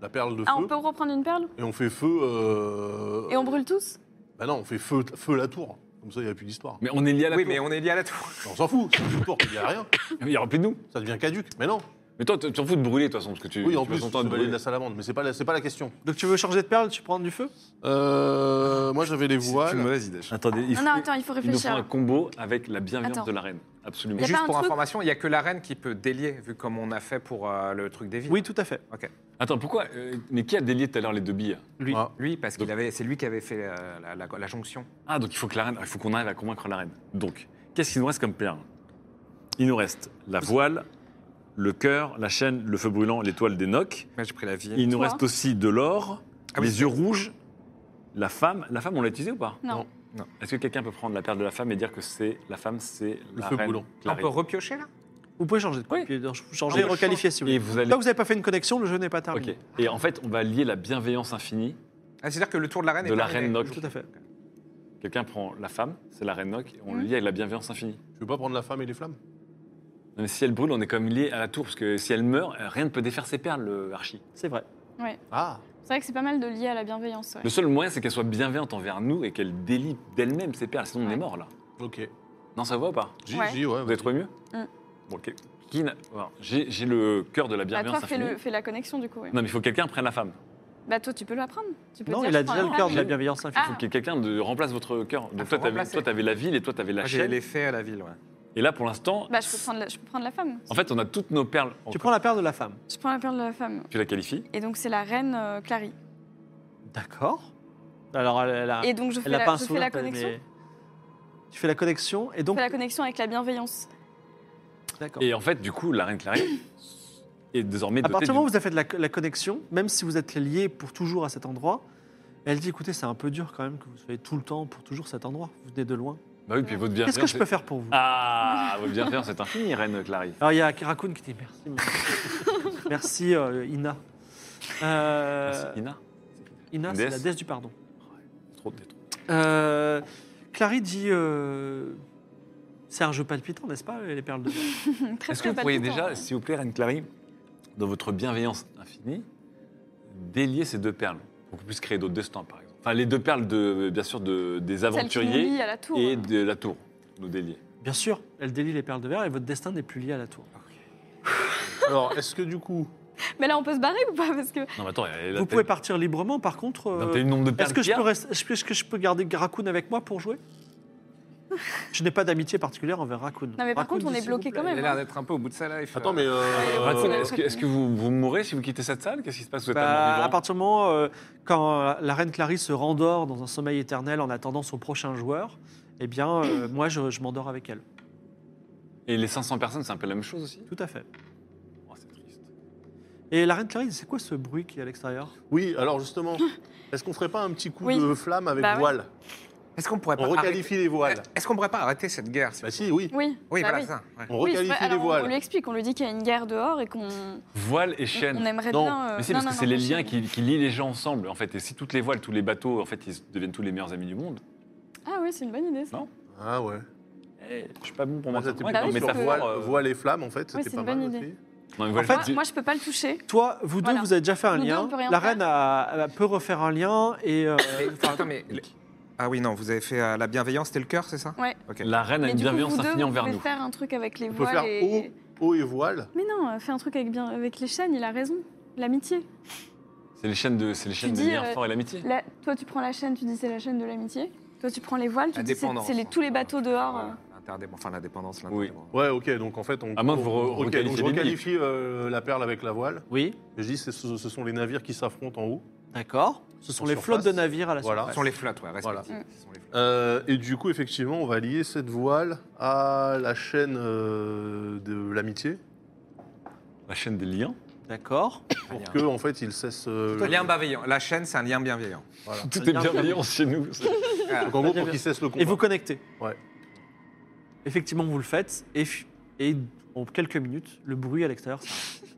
la perle de Ah, on feu peut reprendre une perle et on fait feu. euh, Et on brûle tous Bah non, on fait feu, feu la tour. Comme ça, il n'y a plus d'histoire. Mais on est lié à la Oui, tour. mais on est lié à la tour. On s'en fout, c'est une tour, il n'y a rien. Il y aura plus de nous. Ça devient caduque. Mais non. Mais toi, tu t'en fous de brûler, de toute façon, parce que tu, Oui, en tu passes plus, ton on temps à te de brûler. la salamande. Mais c'est pas la, c'est pas la question. Donc tu veux changer de perle, tu prends du feu Euh, moi, j'avais les C'est une voiles. mauvaise idée. Attendez, il Non, faut, non, attends, il faut il nous faut un réfléchir. combo avec la bienveillance Attends. de la reine. Absolument. Y a Juste pas un pour truc information, il n'y a que la reine qui peut délier, vu comme on a fait pour euh, le truc des vies. Oui, tout à fait. Attends, pourquoi euh, Mais qui a délié tout à l'heure les deux billes Lui. Ah. Lui, parce qu'il avait, c'est lui qui avait fait euh, la, la- la jonction. Ah, donc il faut que la reine, il faut qu'on arrive à convaincre la reine. Donc, qu'est-ce qu'il nous reste comme perles Il nous reste la voile, le cœur, la chaîne, le feu brûlant, l'étoile d'Enoch. Moi, j'ai pris la vie. Il nous Toi reste aussi de l'or, Ah oui, les yeux rouges, la femme. La femme, on l'a utilisée ou pas Non. Non. Est-ce que quelqu'un peut prendre la perle de la femme et dire que c'est la femme, c'est Le la feu reine brûlant. On Clarisse peut repiocher là Vous pouvez changer de Oui. Puis, euh, Changer, On peut requalifier si vous Et voulez. vous allez. Tant que vous n'avez pas fait une connexion, le jeu n'est pas terminé. Ok. Et en fait, on va lier la bienveillance infinie. Ah, C'est-à-dire que le tour de la reine De est la terminé. reine Noc. Tout à fait. Quelqu'un prend la femme, c'est la reine Noc, et on le Mhm. lie avec la bienveillance infinie. Tu veux pas prendre la femme et les flammes Non, mais si elle brûle, on est quand même lié à la tour, parce que si elle meurt, euh, rien ne peut défaire ses perles, euh, Archie. C'est vrai. Ah, C'est vrai que c'est pas mal de lier à la bienveillance. ouais. Le seul moyen, c'est qu'elle soit bienveillante envers nous et qu'elle délie d'elle-même ses perles, sinon on est Ouais. mort là. ok. Non, ça va ou pas J'ai, Ouais. j'ai, ouais. Vous avez trouvé mieux Mm. Bon, ok. Qui n'a- Alors, J'ai j'ai le cœur de la Bah, toi, bienveillance fais, infinie. le, fais la connexion du coup. ouais. Non, mais il faut que quelqu'un prenne la femme. Bah, toi, tu peux la prendre. Tu peux Non, dire, il a je prends Ah. déjà le cœur de la femme. bienveillance infinie. Il faut que quelqu'un de- remplace votre cœur. Ah, Donc faut toi, t'avais- remplacer. toi, t'avais la ville et toi, t'avais la Ah, Moi, J'ai chaîne. les faits à la ville, ouais. Et là, pour l'instant, Bah, je peux, prendre la, je peux prendre la femme. en fait, on a toutes nos perles. en- Tu prends la perle de la femme. Je prends la perle de la femme. Tu la qualifies Et donc, c'est la reine euh, Clary. D'accord. Alors, elle, Ah. elle a, Et donc, je fais elle a la, pas un je fais sourire, la t'as- mais- connexion. Tu fais la connexion et Je donc. fais la connexion avec la bienveillance. D'accord. Et en fait, du coup, la reine Clarisse est désormais À dotée partir du moment où d'une- vous avez fait de la, la connexion, même si vous êtes lié pour toujours à cet endroit, elle dit écoutez, c'est un peu dur quand même que vous soyez tout le temps pour toujours cet endroit. Vous venez de loin. Bah oui, puis votre bienveillance... Qu'est-ce que je est- peux faire pour vous Ah, votre bienveillance c'est infinie, reine Clarisse. Alors il y a Raccoon qui dit merci. mon- merci euh, Ina. Euh, Merci, Ina. Ina, Une c'est la déesse. déesse du pardon. Trop, t'es trop. Euh, Clary dit euh, c'est un jeu palpitant, n'est-ce pas, les perles de verre Très, Est-ce très que vous palpitant. pourriez déjà, s'il vous plaît, Reine Clary, dans votre bienveillance infinie, délier ces deux perles pour qu'on puisse créer d'autres destins, par exemple Enfin, les deux perles, de, bien sûr, de, des Celle qui nous lie aventuriers à la tour. et de la tour, nous délier. Bien sûr, elle délie les perles de verre et votre destin n'est plus lié à la tour. Alors, est-ce que du coup. Mais là, on peut se barrer ou pas Parce que Non, mais attends, elle a- Vous pouvez partir librement, par contre. euh, Non, t'as eu le nombre de perles Est-ce que, je qu'il y a peux rester- est-ce que- est-ce que je peux garder Raccoon avec moi pour jouer Je n'ai pas d'amitié particulière envers Raccoon. Non, mais par Raccoon, contre, on dis, est s'il vous bloqué plaît. quand Il a même. l'air hein. d'être un peu au bout de sa life. Attends, mais. Ouais, Euh... Ratson, Euh, Est-ce que, est-ce que vous, vous mourrez si vous quittez cette salle Qu'est-ce qui se passe Vous êtes Bah, un à mort partir du moment euh, quand euh, la reine Clarisse se rendort dans un sommeil éternel en attendant son prochain joueur, eh bien, euh, moi, je, je m'endors avec elle. vivant Et les 500 personnes, c'est un peu la même chose aussi Tout à fait. Oh, C'est triste. Et la reine Clarisse, c'est quoi ce bruit qui est à l'extérieur Oui, alors justement, est-ce qu'on ferait pas un petit coup Oui. de flamme avec Bah ouais. voile Ah, Est-ce qu'on pourrait bah, pas On requalifie les voiles. arrêter- Est-ce qu'on pourrait pas arrêter cette guerre s'il Bah si, Oui, oui. vous plaît Oui, bah voilà oui. ça. ouais. On Oui, c'est requalifie vrai. les Alors, on- On lui voiles. explique, on lui dit qu'il y a une guerre dehors et qu'on Voile et chaîne. on aimerait Non, bien. euh, Mais c'est non, parce que non, c'est non, les je- liens qui, qui lient les gens ensemble, en fait. Et si toutes les voiles, tous les bateaux, en fait, ils deviennent tous les meilleurs amis du monde. Ah oui, c'est une bonne idée ça. Non. Ah ouais. Eh, je suis pas bon pour Moi, mentir. c'était Ouais, Bah plutôt non, oui, mais sur ta parce que- voile, voile, euh, voile et flamme, en fait, Oui, c'était c'est pas une bonne mal idée. aussi. non, mais En voilà, fait, Moi, tu- moi, je peux pas le toucher. Toi, vous deux, Voilà. vous avez déjà fait un Nous deux, lien. on peut rien la faire. reine a- a- peut refaire un lien et. euh, enfin, Attends, mais- Ah oui, non, vous avez fait euh, la bienveillance, c'était le cœur, c'est ça Ouais. la reine a Mais une du coup, bienveillance vous deux, infinie vous envers pouvez nous. faire un truc avec les On peut voiles faire et. eau, eau et voile. Mais non, euh, fais un truc avec bien avec les chaînes. Il a raison. L'amitié. C'est les chaînes de, c'est les chaînes de dis, liens euh, forts et l'amitié. Là, toi, tu prends la chaîne, tu dis c'est la chaîne de l'amitié. Toi, tu prends les voiles, tu La dis c'est dépendance. c'est les- tous les bateaux dehors. euh. L'interdépendance, Enfin, la dépendance, Oui. l'interdépendance. Ouais, ok, donc en fait, on. À moins que Ah, vous re- on- ok, donc requalifiez les je billes. requalifie euh, la perle avec la voile. Oui, Et je dis, c'est- ce, ce sont les navires qui s'affrontent en haut. d'accord. Ce sont En les surface. flottes de navires à Ah, la Voilà. Ce surface. sont les flottes, ouais, respectives. Voilà. Ce sont les flottes. Euh, et du coup, effectivement, on va lier cette voile à la chaîne euh, de l'amitié La chaîne des liens. D'accord. pour que, en fait, il cesse. euh, Un lien bienveillant. La chaîne, c'est un lien bienveillant. voilà. Tout Les est liens bienveillant chez nous. Donc en gros, pour qu'il cesse le combat. Et vous connectez. Ouais. Effectivement, vous le faites et, f- et en quelques minutes, le bruit à l'extérieur. s'arrête. C'est-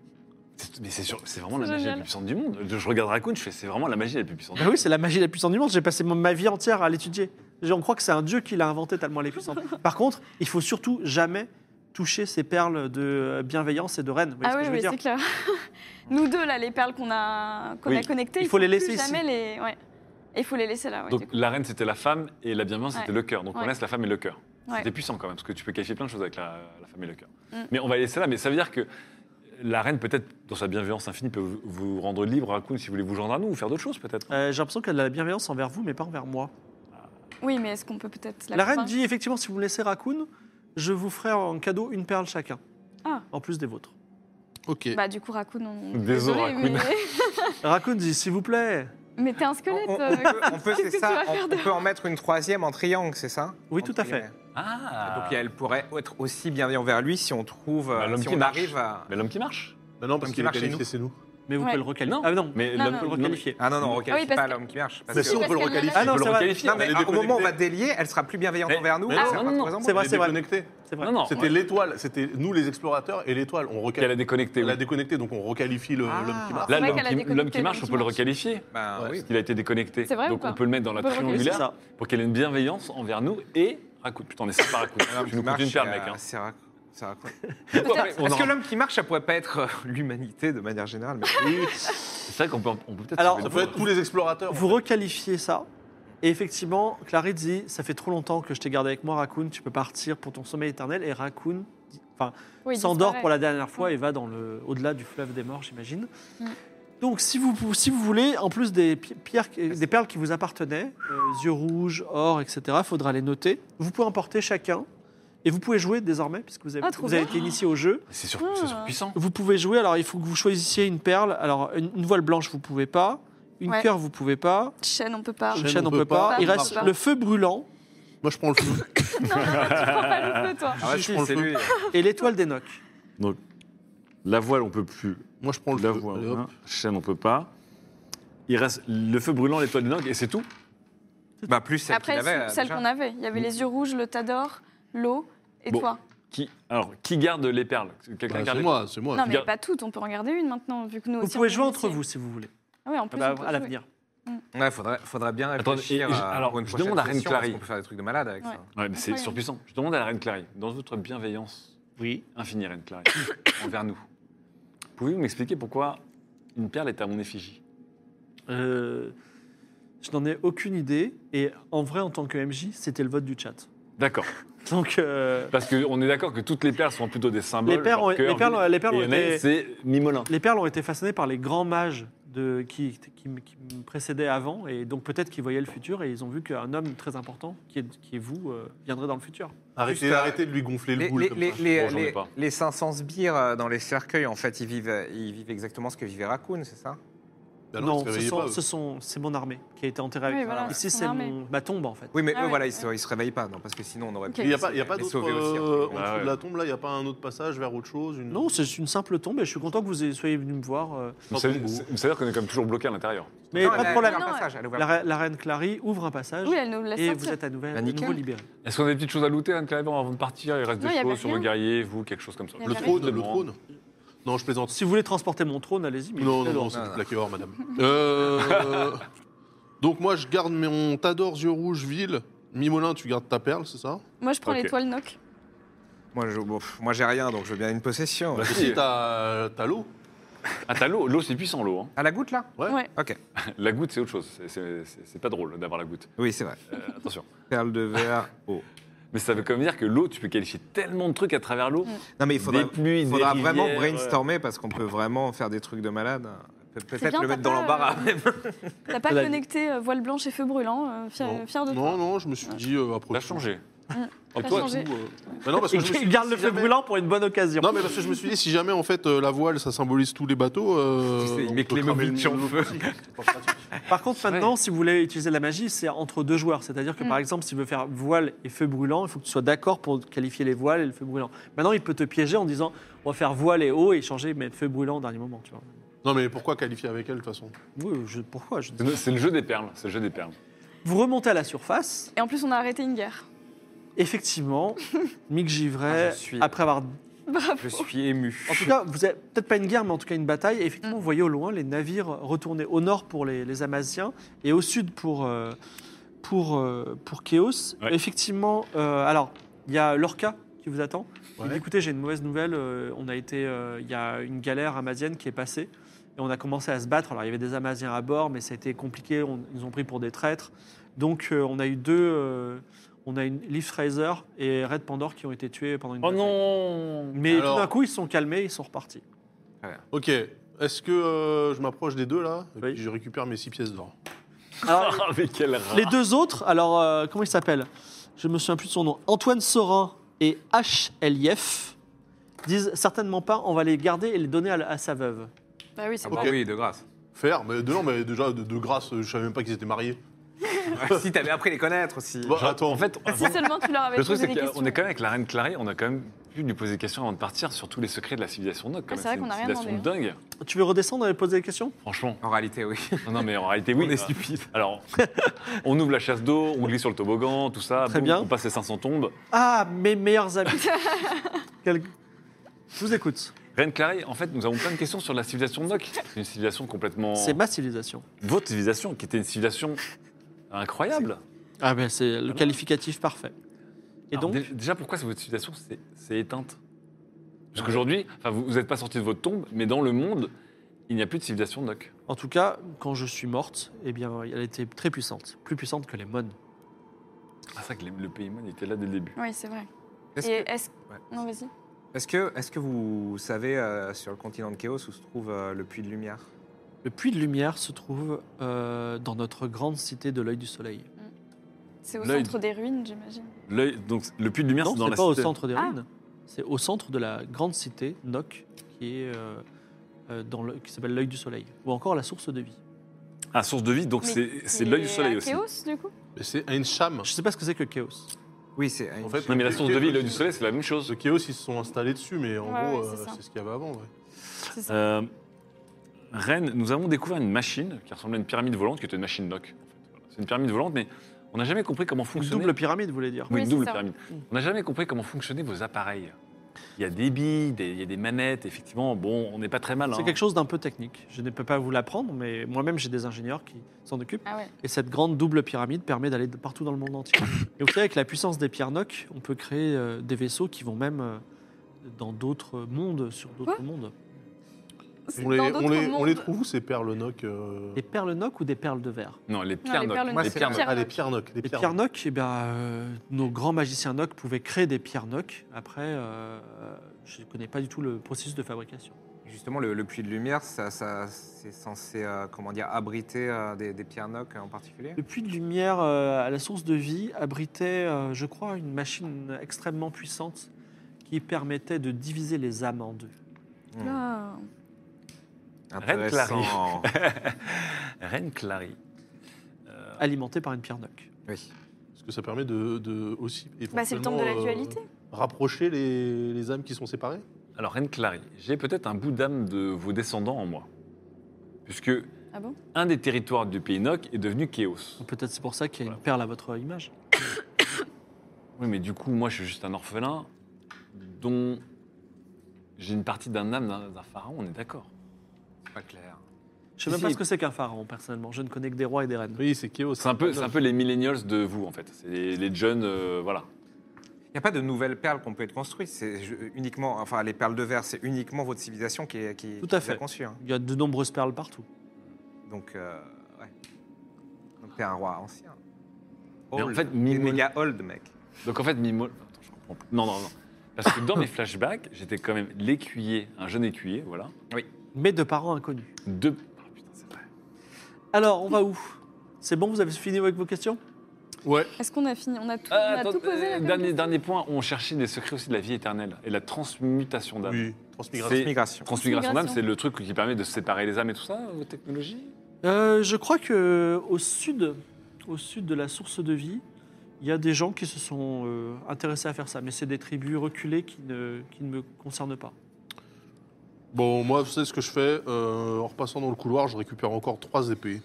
Mais c'est sûr- c'est vraiment la C'est magie la génial. plus puissante du monde. Je regarde Raccoon, je fais, c'est vraiment la magie la plus puissante. Ben oui, c'est la magie la plus puissante du monde. J'ai passé mon- ma vie entière à l'étudier. On croit que c'est un dieu qui l'a inventé tellement elle est puissante. Par contre, il faut surtout jamais toucher ces perles de bienveillance et de reine. Vous voyez ce Ah que oui, je veux oui, dire c'est clair. Nous deux, là, les perles qu'on a, qu'on Oui. a connectées, Il faut les plus laisser ici. jamais les... Ouais. Et il faut les laisser là, ouais, Donc du coup. la reine, c'était la femme et la bienveillance, c'était Ouais. le cœur. Donc on Ouais. laisse la femme et le cœur. Ouais. C'était puissant quand même, parce que tu peux qualifier plein de choses avec la, la femme et le cœur. Mm. Mais on va laisser là, mais ça veut dire que la reine, peut-être, dans sa bienveillance infinie, peut vous- vous rendre libre, Raccoon, si vous voulez vous joindre à nous ou faire d'autres choses, peut-être. Euh, J'ai l'impression qu'elle a de la bienveillance envers vous, mais pas envers moi. Oui, mais est-ce qu'on peut peut-être la, La reine convaincre dit effectivement, si vous me laissez Raccoon, je vous ferai en cadeau une perle chacun. Ah. En plus des vôtres. Ok. Bah, du coup, Raccoon, on... Désolé, Raccoon. mais... Raccoon dit, s'il vous plaît. mais t'es un squelette. On, on- euh, on peut, on peut, Qu'est-ce c'est que tu ça, vas on, faire on peut en mettre une troisième en triangle, c'est ça Oui, En tout à triangle. fait. Ah Donc elle pourrait être aussi bien envers lui si on trouve, euh, Bah, l'homme si qui on marche. arrive à. Mais l'homme qui marche Bah non, parce qu'il Comme tu est marches chez qualifié, nous. c'est nous. Mais vous Ouais. pouvez le requalifier. Non. Ah non, Mais Non, l'homme non. peut vous le pouvez le requalifier. requalifier. Ah non non, on parce requalifie pas que- l'homme qui marche. parce Mais que- si, on peut le parce qu'elle requalifier. Ah non, peut le ça va. requalifier. Non, mais Elle est à- au moment où on va déconnectée. délier, elle sera plus bienveillante Mais- envers nous. mais elle non, sera non, pas non, présente. c'est vrai, Elle est c'est vrai. déconnectée. C'est vrai. Non, non. C'était l'étoile, c'était nous les explorateurs et l'étoile. On Elle a requalifie. déconnecté. Elle oui. a déconnecté, donc on requalifie le- Ah. l'homme qui marche. Là, vrai l'homme qu'elle a qui- déconnecté, l'homme qui marche, on peut le l'homme qui requalifier. Ben Ouais. oui. Parce qu'il a été déconnecté. C'est vrai ou Donc pas on peut le mettre dans la On peut le Oui, c'est triangulaire. ça. pour qu'elle ait une bienveillance envers nous et Rakout. Putain, on est sympa Rakout. L'homme tu qui nous coûtes marche, une perle, euh, mec. hein. c'est rac- c'est rac- Pourquoi Est-ce on Est-ce en- que l'homme qui marche, ça pourrait pas être euh, l'humanité de manière générale mais- Oui, C'est vrai qu'on peut, on peut peut-être. Alors, sauver ça le peut monde. être tous les explorateurs. Vous requalifiez ça. Et effectivement, Clarisse dit Ça fait trop longtemps que je t'ai gardé avec moi, Raccoon, tu peux partir pour ton sommeil éternel. Et Raccoon dit- enfin, Oui, s'endort disparaît. pour la dernière fois et va dans le, au-delà du fleuve des morts, j'imagine. Mm. Donc, si vous, pou- si vous voulez, en plus des, pi- pierres, qui- des perles qui vous appartenaient, euh, yeux rouges, or, etc., faudra les noter. Vous pouvez en porter chacun. Et vous pouvez jouer désormais, puisque vous avez, Ah, trop vous avez bien. été initié au jeu. C'est sur, Ah. c'est surpuissant. Vous pouvez jouer, alors il faut que vous choisissiez une perle. Alors, une, une voile blanche, vous pouvez pas. Une Ouais. cœur, vous pouvez pas. Chaîne, on peut pas. Une chaîne, on peut pas. Il Pas, reste pas. le feu brûlant Moi, je prends le flou. Non, non, non, tu prends pas le feu, toi. Ah ouais, Si, si, je prends le c'est feu. lui. et l'étoile d'Enoch. La voile, on peut plus. Moi, je prends le La flou. voile, Allez, hop. Bah, hein. chaîne, on peut pas. Il reste le feu brûlant, l'étoile d'Enoch, et c'est tout. Bah plus celle qu'il Après, avait. celle déjà. qu'on avait. Il y avait les yeux rouges, le tas d'or, l'eau et Bon. toi. Qui, alors, qui garde les perles Bah, Quelqu'un c'est garde moi, c'est moi. Non, mais Regarde. pas toutes, on peut en garder une maintenant, vu que nous Vous aussi, pouvez on jouer est entre initiés. vous si vous voulez, Ah ouais, en plus, Bah, on peut à jouer. l'avenir. Ouais, faudrait, faudrait bien Attends, réfléchir. et- et je- à- alors, pour une je prochaine demande à Reine session, parce Clary. qu'on peut faire des trucs de malade avec Ouais. ça. Ouais, mais c'est Incroyable. surpuissant. Je demande à la reine Clary, dans votre bienveillance Oui. infinie, reine Clary, envers nous, pouvez-vous m'expliquer pourquoi une perle est à mon effigie Euh, je n'en ai aucune idée. Et en vrai, en tant que MJ, c'était le vote du chat. D'accord. Donc, euh, Parce qu'on est d'accord que toutes les perles sont plutôt des symboles. les perles genre ont, cœur, les perles, les perles Et ont il y en a une, été, c'est Mimolin. les perles ont été façonnées par les grands mages de, qui, qui, me- qui me précédaient avant. Et donc, peut-être qu'ils voyaient le futur et ils ont vu qu'un homme très important, qui est, qui est vous, euh, viendrait dans le futur. Arrêtez, Juste, euh, arrêtez de lui gonfler le Les, boule les, comme les, ça. les, Bon, j'en ai les- pas. les 500 sbires euh, dans les cercueils, en fait, ils vivent, euh, ils vivent exactement ce que vivait Raccoon, c'est ça Bah non, ils se ce réveillez sont, pas, eux. ce sont- c'est mon armée qui a été enterrée avec Oui, voilà, Ici, son c'est armée. mon- ma tombe, en fait. Oui, mais Ah eux, ouais, voilà, ils ouais. se, ils se réveillent pas, non, parce que sinon on aurait Ok. Il n'y a pas, il y a pas les d'autre. sauver aussi, euh, en en fait. Ouais, dessous ouais. de la tombe, là, il n'y a pas un autre passage vers autre chose une- Non, c'est une simple tombe et je suis content que vous soyez venu me voir. euh. Vous savez, c'est- vous savez qu'on est comme toujours bloqué à l'intérieur. Mais Non, pas elle de a- problème. elle a un Non, passage, elle a ouvert- La, re- la reine Clary ouvre un passage Oui, elle nous laisse et sortir. vous êtes à, nouvel- Bah, à nickel. nouveau libéré. Est-ce qu'on a des petites choses à looter, Anne Claire, avant de partir Il reste Non, y des avait choses sur le rien. guerrier, vous, quelque chose comme ça. Y Le avait trône, le trône. Non, je plaisante. Si vous voulez transporter mon trône, allez-y. mais Non, dites-le non, non, donc. c'est non, du non. plaqué or, madame. Euh, Donc moi, je garde mon Tador, yeux rouges, ville. Mimolin, tu gardes ta perle, c'est ça Moi, je prends Ok. l'étoile Noc. Moi, je, bon, pff, moi, j'ai rien, donc je veux bien une possession. Bah, Et si. si t'as t'as l'eau Ah, t'as l'eau, l'eau c'est puissant l'eau. hein. À la goutte, là Ouais. Ouais. Ok. La goutte c'est autre chose, C'est- c'est c'est- c'est pas drôle d'avoir la goutte. Oui, c'est vrai. Euh, attention. Perle de verre, eau. Mais ça veut quand même dire que l'eau, tu peux qualifier tellement de trucs à travers Mm. l'eau. Non, mais il faudra, Des pluies, des faudra rivières, vraiment ouais. brainstormer parce qu'on peut vraiment faire des trucs de malade. Pe- bien, Peut-être t'as le mettre dans pas, l'embarras. euh, T'as pas La- connecté euh, voile blanche et feu brûlant, euh, fier, fier de toi. Non, non, je me suis dit euh, après. T'as changé. Mm. Oh, T'as toi, changé. tout, euh, Mais non, parce que je me suis Il dit, garde si le feu jamais- brûlant pour une bonne occasion. Non, mais parce que je me suis dit, si jamais en fait euh, la voile, ça symbolise tous les bateaux. euh, Tu sais, il on met peut Clément cramer le Vichy en monde feu. aussi. C'est pas pratique. Par contre, maintenant, si vous voulez utiliser la magie, c'est entre deux joueurs. C'est-à-dire que, Mm. par exemple, s'il veut faire voile et feu brûlant, il faut que tu sois d'accord pour qualifier les voiles et le feu brûlant. Maintenant, il peut te piéger en disant on va faire voile et eau et changer mais feu brûlant au dernier moment. Tu vois. Non, mais pourquoi qualifier avec elle de toute façon Oui, je- pourquoi je dis- c'est le- C'est le jeu des perles. C'est le jeu des perles. Vous remontez à la surface. Et en plus, on a arrêté une guerre. Effectivement, Mick Givray, Ah, je suis- après avoir. Ah, Je suis ému. En tout cas, vous avez peut-être pas une guerre, mais en tout cas une bataille. Et effectivement, vous voyez au loin les navires retourner au nord pour les, les Amasiens et au sud pour, euh, pour, euh, pour Chaos. Ouais. Effectivement, euh, alors, il y a Lorca qui qui vous attend. Il dit écoutez, j'ai une mauvaise nouvelle. euh, on a été, euh, il y a une galère amazienne qui est passée et on a commencé à se battre. Alors il y avait des Amaziens à bord, mais ça a été compliqué. On, ils nous ont pris pour des traîtres. Donc euh, on a eu deux, euh, on a une Leaf Fraser et Red Pandore qui ont été tués pendant une. Oh bataille. non Mais Alors- tout d'un coup ils se sont calmés, ils sont repartis. Ok. Est-ce que euh, je m'approche des deux là Et Oui. puis je récupère mes six pièces d'or. Alors, Ah, mais quel rat Les deux autres, alors euh, comment il s'appelle Je me souviens plus de son nom. Antoine Sorin et H. Elief disent certainement pas, on va les garder et les donner à, la- à sa veuve. Bah oui, c'est Ok. bah oui, de grâce. Faire Mais de non, mais déjà, de, de grâce, euh, je savais même pas qu'ils étaient mariés. si t'avais appris à les connaître aussi. Bah, attends, En fait, pas. Si seulement tu leur avais le truc, posé c'est des qu'on questions. est quand même avec la reine Clarée, on a quand même pu lui poser des questions avant de partir sur tous les secrets de la civilisation Noc. Ah, c'est vrai qu'on a rien hein. une civilisation dingue, Tu veux redescendre et poser des questions franchement. En réalité, oui. Non, non, mais en réalité, oui. hein. On est stupide. Alors, on ouvre la chasse d'eau, on glisse sur le toboggan, tout ça. Très boum, bien. On passe les 500 tombes. Ah, mes meilleurs amis. Quel- Je vous écoute. Reine Clarée, en fait, nous avons plein de questions sur la civilisation Noc. C'est une civilisation complètement. C'est ma civilisation. Votre civilisation, qui était une civilisation incroyable. Ah ben c'est le qualificatif parfait. Et Alors, donc, dé- Déjà, pourquoi c'est votre civilisation s'est- s'est éteinte Euh. Parce qu'aujourd'hui, enfin, vous n'êtes pas sorti de votre tombe, mais dans le monde, il n'y a plus de civilisation Noc. en tout cas, quand je suis morte, eh bien, elle était très puissante, plus puissante que les mônes. Ah, c'est vrai que les- le pays moine était là dès le début. Oui, c'est vrai. Est-ce Et que, est-ce... Ouais. Non, vas-y. est-ce que, est-ce que vous savez euh, sur le continent de Chaos où se trouve euh, le puits de lumière Le puits de lumière se trouve euh, dans notre grande cité de l'œil du soleil. C'est au L'œil centre des ruines, j'imagine. L'œil- donc, le puits de lumière, Non, c'est dans c'est la pas au cité. centre des Ah. ruines. C'est au centre de la grande cité, Nok, qui est euh, euh, dans le, qui s'appelle l'œil du soleil, ou encore la source de vie. Ah, source de vie, donc Mais c'est c'est qui l'œil est du soleil à aussi. Chaos, du coup mais c'est une cham. Je sais pas ce que c'est que chaos. Oui, c'est. En fait, Non, mais la source de vie et l'œil du soleil, c'est la même chose. Ce chaos, ils se sont installés dessus, mais en Ouais, gros, ouais, euh, c'est ça. c'est ce qu'il y avait avant. ouais. C'est ça. Euh, Rennes, nous avons découvert une machine qui ressemblait à une pyramide volante, qui était une machine Noc. en fait. Voilà. C'est une pyramide volante, mais on n'a jamais compris comment Une fonctionnait. double pyramide, vous voulez dire Oui, Oui, double c'est ça. Mm. pyramide. On n'a jamais compris comment fonctionnaient vos appareils. Il y a des billes, des- il y a des manettes, effectivement. Bon, on n'est pas très mal. C'est hein. quelque chose d'un peu technique. Je ne peux pas vous l'apprendre, mais moi-même j'ai des ingénieurs qui s'en occupent. Ah ouais. Et cette grande double pyramide permet d'aller de partout dans le monde entier. Et vous savez, avec la puissance des pierres Nok, on peut créer euh, des vaisseaux qui vont même euh, dans d'autres mondes, sur d'autres mondes. C'est On les, dans on, d'autres les, on mondes. les trouve où ces perles noc euh, Des perles Nok ou des perles de verre Non, les Non, pierres les Noc. perles Moi, noires. c'est Les les pierres Ah, les noires. pierres noc. Les Les pierres pierres noc. Nock, eh ben, euh, nos grands magiciens Nock pouvaient créer des pierres Nock. Après, euh, je ne connais pas du tout le processus de fabrication. Justement, le, le puits de lumière, ça, ça- c'est censé euh, comment dire, abriter euh, des, des pierres noc en particulier Le puits de lumière euh, à la source de vie abritait, euh, je crois, une machine extrêmement puissante qui permettait de diviser les âmes en deux. Hmm. Ah. Red Clary. Intéressant. Reine Clary. alimentée par une pierre Nock. oui. Parce que ça permet de, de aussi. Bah, c'est le temple de la éventuellement, euh, dualité. rapprocher les, les âmes qui sont séparées Alors, Reine Clary, j'ai peut-être un bout d'âme de vos descendants en moi. Puisque Ah bon un des territoires du pays Noc est devenu Chaos. Peut-être c'est pour ça qu'il y a une perle à votre image. Oui, mais du coup, moi, je suis juste un orphelin dont j'ai une partie d'un âme d'un d'un pharaon, on est d'accord. C'est pas clair. Je ne sais même Si, pas si. ce que c'est qu'un pharaon, personnellement. Je ne connais que des rois et des reines. Oui, c'est Kéos. C'est un, peu- c'est un peu les millennials de vous, en fait. C'est les, les jeunes, euh, voilà. Il n'y a pas de nouvelles perles qu'on peut être construites. C'est ju- uniquement, enfin, les perles de verre, c'est uniquement votre civilisation qui, est- qui, Tout qui à les a fait. conçues, hein. Il y a de nombreuses perles partout. Donc, euh, ouais. Donc, t'es un roi ancien. Mais en Old. fait, T'es Mimol- méga old, mec. Donc en fait, Mimol. Attends, je comprends plus. Non, non, non. Parce que dans mes flashbacks, j'étais quand même l'écuyer, un jeune écuyer, voilà. Mais de parents inconnus. Deux. Ah, putain, c'est vrai. Alors, on va où C'est bon, vous avez fini avec vos questions Ouais. Ah, Est-ce qu'on a fini On a tout, Ah, on a attends, tout posé euh, là, comme dernier, dernier point, on cherchait des secrets aussi de la vie éternelle et la transmutation d'âme. Oui, C'est- transmigration. Migration. Transmigration d'âme, Transmigration. c'est le truc qui permet de séparer les âmes et tout ça, vos technologies Euh, Je crois que au sud, au sud de la source de vie, il y a des gens qui se sont euh, intéressés à faire ça. Mais c'est des tribus reculées qui ne, qui ne me concernent pas. Bon, moi, vous savez ce que je fais euh, En repassant dans le couloir, je récupère encore trois épées.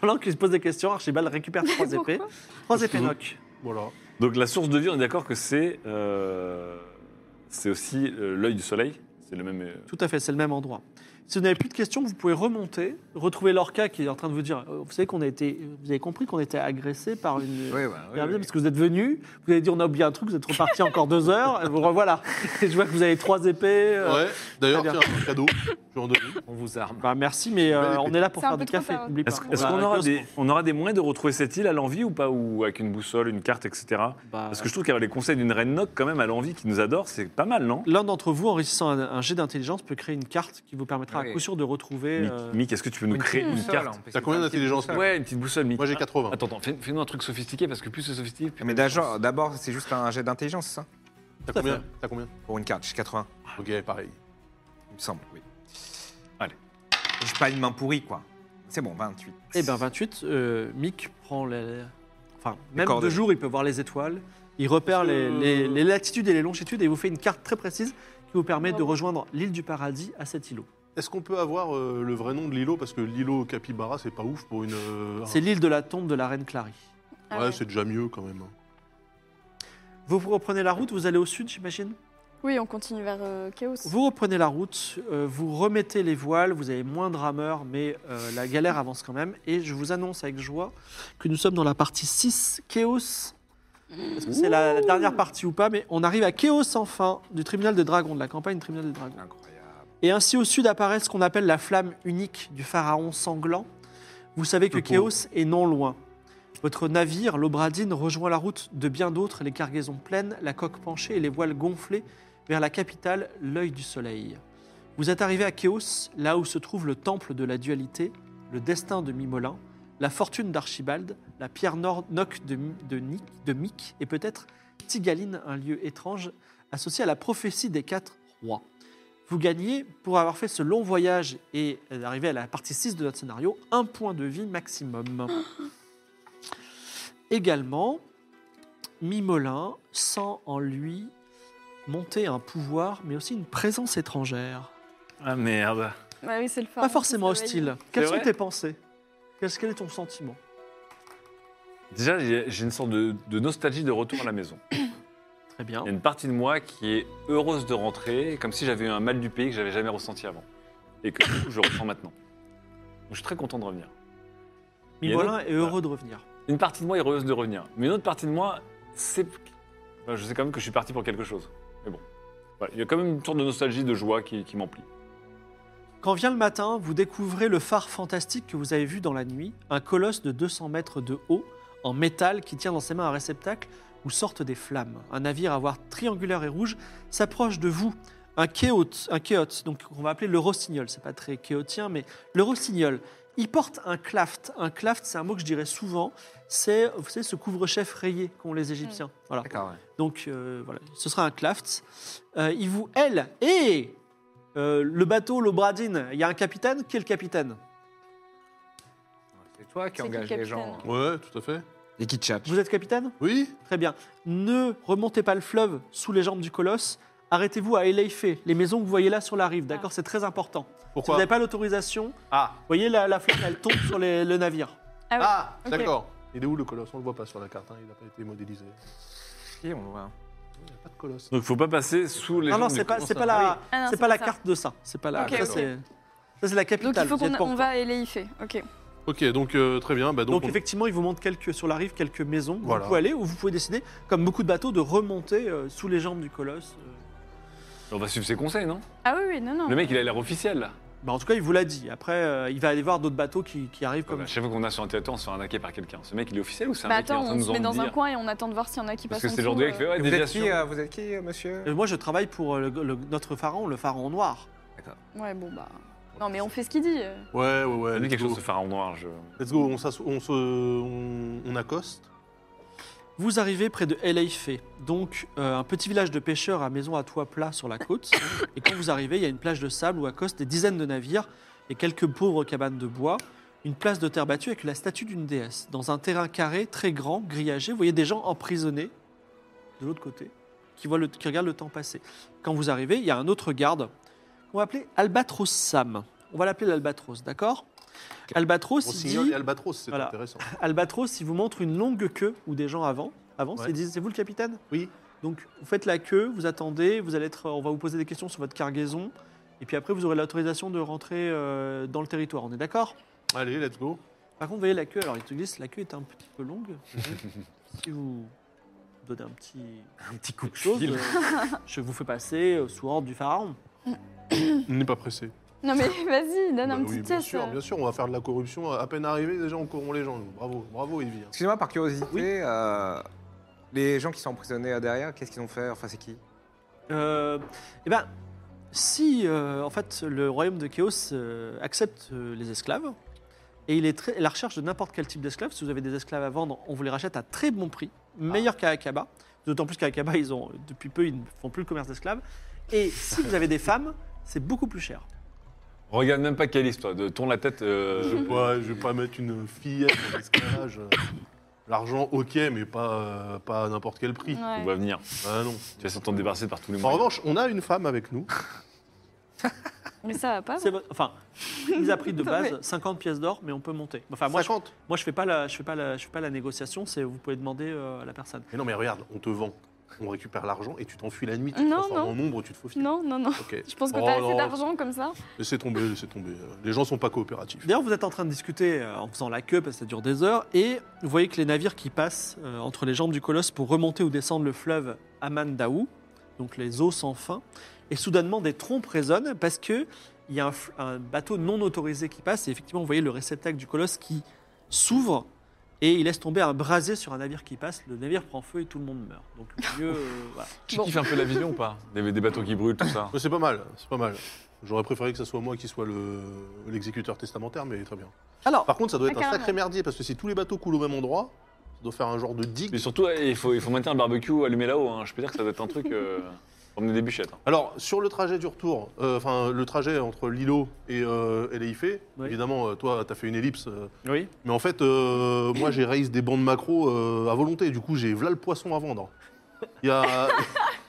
Pendant que je pose des questions, Archibald récupère ça. trois épées. Pourquoi Trois épées Nock. Voilà. Donc la source de vie, on est d'accord que c'est euh, c'est aussi euh, l'œil du soleil. C'est le même. euh, Tout à fait, c'est le même endroit. Si vous n'avez plus de questions, vous pouvez remonter, retrouver Lorca qui est en train de vous dire euh, Vous savez qu'on a été. Vous avez compris qu'on était agressé par une. Oui, bah, oui, Bien, bien, oui. Parce que vous êtes venu, vous avez dit on a oublié un truc, vous êtes reparti encore deux heures, et vous revoilà. Et je vois que vous avez trois épées. euh, Ouais, d'ailleurs, très bien. tiens, un cadeau, je vais en donner. On vous arme. bah, merci, mais euh, Belle épée. on est là pour C'est un faire peu du trop café. tard. n'oublie pas. Est-ce est-ce On a qu'on un aura kiosque. des, on aura des moyens de retrouver cette île à l'envie ou pas Ou avec une boussole, une carte, etc. Bah, Parce que je trouve qu'avoir les conseils d'une reine noc quand même à l'envie qui nous adore, c'est pas mal, non L'un d'entre vous, en réussissant un, un jet d'intelligence, peut créer une carte qui vous permettra Oui. à coup sûr de retrouver. Mick, euh, Mick, est-ce que tu peux nous créer une carte T'as combien d'intelligence Mick Ouais, une petite boussole, Mick. Moi, j'ai Ah, 80. Attends, attends, fais- fais-nous un truc sophistiqué parce que plus c'est sophistiqué, plus. Mais d'abord, d'abord, c'est juste un jet d'intelligence, ça T'as tout à combien fait. T'as combien Pour une carte, j'ai 80, Ok, pareil. il me semble, oui. Allez. J'ai pas une main pourrie, quoi. C'est bon, 28. Eh ben 28, euh, Mick prend les... Enfin, même de coordonnées. jour, il peut voir les étoiles, il repère les, les- les latitudes et les longitudes et il vous fait une carte très précise qui vous permet de Bravo. rejoindre l'île du paradis à cet îlot. Est-ce qu'on peut avoir euh, le vrai nom de l'îlot Parce que l'îlot Capybara, c'est pas ouf pour une. euh, C'est l'île de la tombe de la reine Clary. Ouais, Ah ouais. c'est déjà mieux quand même. hein. Vous vous reprenez la route, vous allez au sud, j'imagine Oui, on continue vers euh, Chaos. Vous reprenez la route, euh, vous remettez les voiles, vous avez moins de rameurs, mais euh, la galère avance quand même. Et je vous annonce avec joie que nous sommes dans la partie 6, Chaos. Est-ce que c'est la, la dernière partie ou pas Mais on arrive à Chaos enfin du tribunal des dragons, de la campagne du tribunal des dragons. Incroyable. Et ainsi au sud apparaît ce qu'on appelle la flamme unique du pharaon sanglant. Vous savez que Le pauvre. Chaos est non loin. Votre navire, l'Obradine, rejoint la route de bien d'autres, les cargaisons pleines, la coque penchée et les voiles gonflées vers la capitale, l'œil du soleil. Vous êtes arrivé à Chaos, là où se trouve le temple de la dualité, le destin de Mimolin, la fortune d'Archibald, la pierre nor- noc de, Mi- de, Ni- de Mick et peut-être Tigaline, un lieu étrange associé à la prophétie des quatre rois. Vous gagnez, pour avoir fait ce long voyage et euh, d'arriver à la partie 6 de notre scénario, un point de vie maximum. Également, Mimolin sent en lui monter un pouvoir, mais aussi une présence étrangère. Ah merde. Bah oui, c'est le phare. Pas forcément hostile. Quelles sont vrai tes pensées Qu'est-ce- Quel est ton sentiment Déjà, j'ai j'ai une sorte de, de nostalgie de retour à la maison. Très bien. Il y a une partie de moi qui est heureuse de rentrer, comme si j'avais eu un mal du pays que j'avais jamais ressenti avant. Et que du coup, je ressens maintenant. Donc, je suis très content de revenir. Il y a Mimolin d'autres- est heureux de revenir. Une partie de moi est heureuse de revenir. Mais une autre partie de moi, c'est. Enfin, je sais quand même que je suis parti pour quelque chose. Mais bon. Voilà, Il y a quand même une sorte de nostalgie, de joie qui, qui m'emplit. Quand vient le matin, vous découvrez le phare fantastique que vous avez vu dans la nuit, un colosse de 200 mètres de haut, en métal, qui tient dans ses mains un réceptacle où sortent des flammes. Un navire à voile triangulaire et rouge s'approche de vous. Un kéote, un kéote, donc on va appeler le rossignol, c'est pas très kéotien, mais le rossignol. Il porte un claft. Un claft, c'est un mot que je dirais souvent. C'est, vous savez, ce couvre-chef rayé qu'ont les Égyptiens. Voilà. D'accord, ouais. Donc euh, voilà, ce sera un claft. Euh, il vous elle et euh, le bateau, l'Obradine. Il y a un capitaine. Qui est le capitaine C'est toi C'est qui qui le engages les capitaine gens. hein. Ouais, tout à fait. Et qui tchatche. Vous êtes capitaine Oui Très bien. Ne remontez pas le fleuve sous les jambes du colosse. Arrêtez-vous à Eleifé, les maisons que vous voyez là sur la Ah. rive. D'accord, c'est très important. Si vous Pourquoi n'avez pas l'autorisation, vous Ah, voyez la, la flamme, elle tombe sur les- le navire. ah ok. d'accord. Il est où le colosse On le voit pas sur la carte, hein, il n'a pas été modélisé. Si, on le voit. hein. Il n'y a pas de colosse. Donc, faut pas passer sous les. non, non, jambes c'est du- pas, c'est pas la, Ah non, c'est c'est pas pas la ça. carte de ça. C'est pas la. Ok, ça, ok. c'est, ça, c'est la capitale. Donc il faut vous y qu'on êtes pas on encore. va éléifer. Ok. Ok, donc euh, très bien. Bah, donc, Donc on- effectivement, il vous montre quelques, sur la rive quelques maisons où Voilà. vous pouvez aller, ou vous pouvez décider, comme beaucoup de bateaux, de remonter euh, sous les jambes du colosse. euh. On va suivre ses conseils, non Ah oui, oui, non, non. Le mec, il a l'air officiel, là. Bah, en tout cas, il vous l'a dit. Après, euh, il va aller voir d'autres bateaux qui, qui Ah arrivent Comme comme... à chaque fois qu'on a sur un territoire, on se fait arnaquer par quelqu'un. Ce mec, il est officiel ou c'est un Bah mec qui est en attends, train on de se nous met dans en un dire coin et on attend de voir s'il y en a qui Parce que passent. c'est en le genre dessous, de gars qui fait euh. ouais, Et Vous êtes, déviation. qui, euh, vous êtes qui, euh, monsieur Euh, moi, je travaille pour euh, le- le- notre pharaon, le pharaon noir. Ouais, bon bah. Non, mais on fait ce qu'il dit. euh. Ouais, ouais, ouais. T'as vu Let's, quelque go. chose se pharaon noir, je. Let's go, on, s'asso- on, se... on... on accoste. Vous arrivez près de Eleifé, E, donc euh, un petit village de pêcheurs à maison à toit plat sur la côte. et quand vous arrivez, il y a une plage de sable où accostent des dizaines de navires et quelques pauvres cabanes de bois. Une place de terre battue avec la statue d'une déesse. Dans un terrain carré très grand, grillagé, vous voyez des gens emprisonnés de l'autre côté qui, voient le- qui regardent le temps passer. Quand vous arrivez, il y a un autre garde qu'on va appeler Albatros Sam. On va l'appeler l'Albatros, d'accord Albatros, il Rossignol dit- et Albatros, c'est Voilà. intéressant. Albatros, il vous montre une longue queue où des gens avant, avant, Ouais. ils disent c'est vous le capitaine Oui. Donc vous faites la queue, vous attendez, vous allez être, on va vous poser des questions sur votre cargaison Et puis après, vous aurez l'autorisation de rentrer euh, dans le territoire. On est d'accord Allez, let's go. Par contre, vous voyez la queue. Alors, il te glisse, la queue est un petit peu longue. si vous donnez un petit Un petit coup de chose, fil. euh, je vous fais passer euh, sous ordre du pharaon. On n'est pas pressé. Non mais vas-y, donne Bah un oui, petit bien test. euh. sûr, bien sûr, on va faire de la corruption. À peine arrivé, déjà, on corrompt les gens. nous. Bravo, bravo, Evie. Excusez-moi, par curiosité, euh, les gens qui sont emprisonnés euh, derrière, qu'est-ce qu'ils ont fait Enfin, c'est qui Euh, eh ben, si euh, en fait le royaume de Chaos euh, accepte euh, les esclaves et il est très, à la recherche de n'importe quel type d'esclaves, si vous avez des esclaves à vendre, on vous les rachète à très bon prix, Ah. meilleur qu'à Akaba. D'autant plus qu'à Akaba, ils ont depuis peu, ils ne font plus le commerce d'esclaves. Et si vous avez des femmes, c'est beaucoup plus cher. Ah Regarde même pas Calice, toi. de- Tourne la tête. euh, Je vais pas, je vais pas mettre une fillette en esclavage. L'argent, ok, mais pas, euh, pas à n'importe quel prix. On Ouais. va venir. Ah non. Tu vas s'entendre débarrasser par tous les En moyens. revanche, on a une femme avec nous. Mais ça va pas. hein. C'est votre- enfin, il a pris de Non, base mais- 50 pièces d'or, mais on peut monter. Enfin, moi, je, 50. moi, je fais pas la, je fais pas la, je fais pas la négociation. C'est vous pouvez demander euh, à la personne. Mais non, mais regarde, on te vend. On récupère l'argent et tu t'enfuis la nuit, tu te Non, transformes non. en ombre, tu te faufiles. Non, non, non. Ok. Je pense que Oh t'as non, assez d'argent comme ça. Laissez tomber, laissez tomber. Les gens sont pas coopératifs. D'ailleurs, vous êtes en train de discuter euh, en faisant la queue, parce que ça dure des heures, et vous voyez que les navires qui passent euh, entre les jambes du colosse pour remonter ou descendre le fleuve Amandaou, donc les eaux sans fin, et soudainement des trompes résonnent parce que il y a un, f- un bateau non autorisé qui passe, et effectivement, vous voyez le réceptacle du colosse qui s'ouvre, et il laisse tomber un brasier sur un navire qui passe, le navire prend feu et tout le monde meurt. Donc le milieu, euh, voilà. Tu Bon. kiffes un peu la vision ou pas des, des bateaux qui brûlent, tout ça. Mais C'est pas mal, c'est pas mal. J'aurais préféré que ce soit moi qui soit le- l'exécuteur testamentaire, mais très bien. Alors, Par contre, ça doit être Ah, un sacré carrément. merdier, parce que si tous les bateaux coulent au même endroit, ça doit faire un genre de Mais digue. surtout, eh, il faut, il faut maintenir le barbecue allumé là-haut. hein. Je peux dire que ça doit être un truc. euh, emmener des bûchettes. hein. Alors, sur le trajet du retour, euh, enfin, le trajet entre Lilo et, euh, et Leïfé, Oui. évidemment, euh, toi, t'as fait une ellipse. euh, oui, mais en fait, euh, moi, j'ai raise des bandes macro euh, à volonté. Du coup, j'ai v'là le poisson à vendre. Il y a,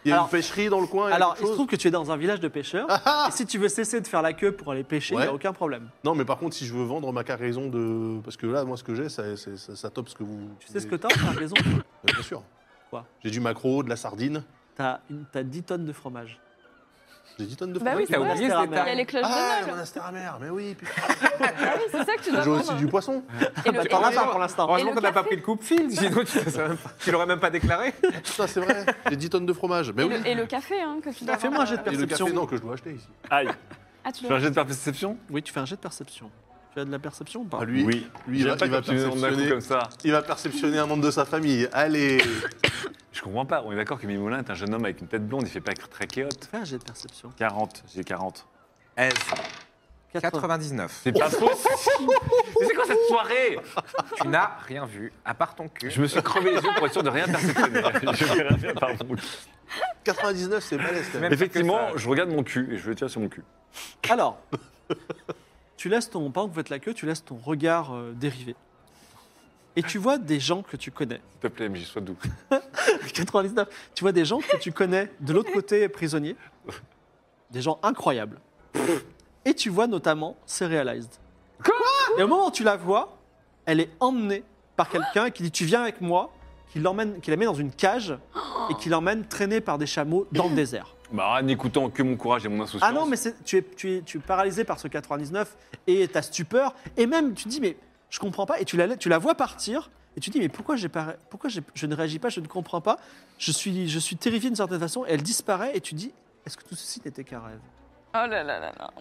il y a Alors- une pêcherie dans le coin. il y a alors quelque il se chose. trouve que tu es dans un village de pêcheurs, Ah, ah et si tu veux cesser de faire la queue pour aller pêcher, il n'y a Ouais. aucun problème. Non, mais par contre, si je veux vendre ma cargaison de. Parce que là, moi, ce que j'ai, ça, c'est- ça, ça top ce que vous. Tu sais ce que t'as, t'as raison. Euh, Bien sûr. Quoi J'ai du maquereau, de la sardine. T'as une- t'as 10 tonnes de fromage. J'ai 10 tonnes de Bah oui, fromage. c'est t'as vrai. Il oublié ce Ah, y détail. a les cloches Ah, de mon Noël. astère-mère, mais oui, putain. Ah oui, c'est ça que tu dois J'ai aussi prendre. du poisson. Et le- T'en as et pas Oh, le- pour l'instant. Heureusement Et qu'on le n'a pas café pris le coupe-fil, sinon tu ne l'aurais même pas déclaré. Putain, c'est vrai. J'ai 10 tonnes de fromage. Mais Et oui. le, et le café hein, que tu dois. Fais-moi un jet avoir, de euh, Et le perception. café, non, que je dois acheter ici. Aïe. Ah, tu Tu fais un dois. jet de perception Oui, tu fais un jet de perception. Tu as de la perception ou pas Ah, lui, Oui. lui, il J'aime va- pas il va quand tu me demandes d'un coup perceptionner. comme ça. il va perceptionner un membre de sa famille. Allez. Je comprends pas. On est d'accord que Mimoulin est un jeune homme avec une tête blonde. Il fait pas très kéote. Fais un jet de perception. 40. J'ai 40. 99. C'est pas faux. Mais c'est quoi cette soirée Tu n'as rien vu, à part ton cul. Je me suis crevé les yeux pour être sûr de rien perceptionner. Je fais rien par mon cul. 99, c'est balèze. quand même. Même pas que Effectivement, ça. je regarde mon cul et je le tiens sur mon cul. Alors, tu laisses ton. Pendant que vous faites la queue, tu laisses ton regard euh, dériver. Et tu vois des gens que tu connais. S'il te plaît, MJ, sois doux. 99. Tu vois des gens que tu connais de l'autre côté prisonniers. Des gens incroyables. Et tu vois notamment Serialized. Quoi Et au moment où tu la vois, elle est emmenée par quelqu'un qui dit Tu viens avec moi, qui, l'emmène, qui la met dans une cage et qui l'emmène traînée par des chameaux dans le désert. Bah, en écoutant que mon courage et mon insouciance. Ah non, mais c'est- tu, es, tu, es, tu es paralysé par ce 99 et ta stupeur. Et même, tu te dis Mais je comprends pas. Et tu la, tu la vois partir. Et tu te dis, mais pourquoi, j'ai pas- pourquoi j'ai- je ne réagis pas, je ne comprends pas, je suis, je suis terrifié d'une certaine façon, et elle disparaît, et tu te dis, est-ce que tout ceci n'était qu'un rêve Oh là là là là.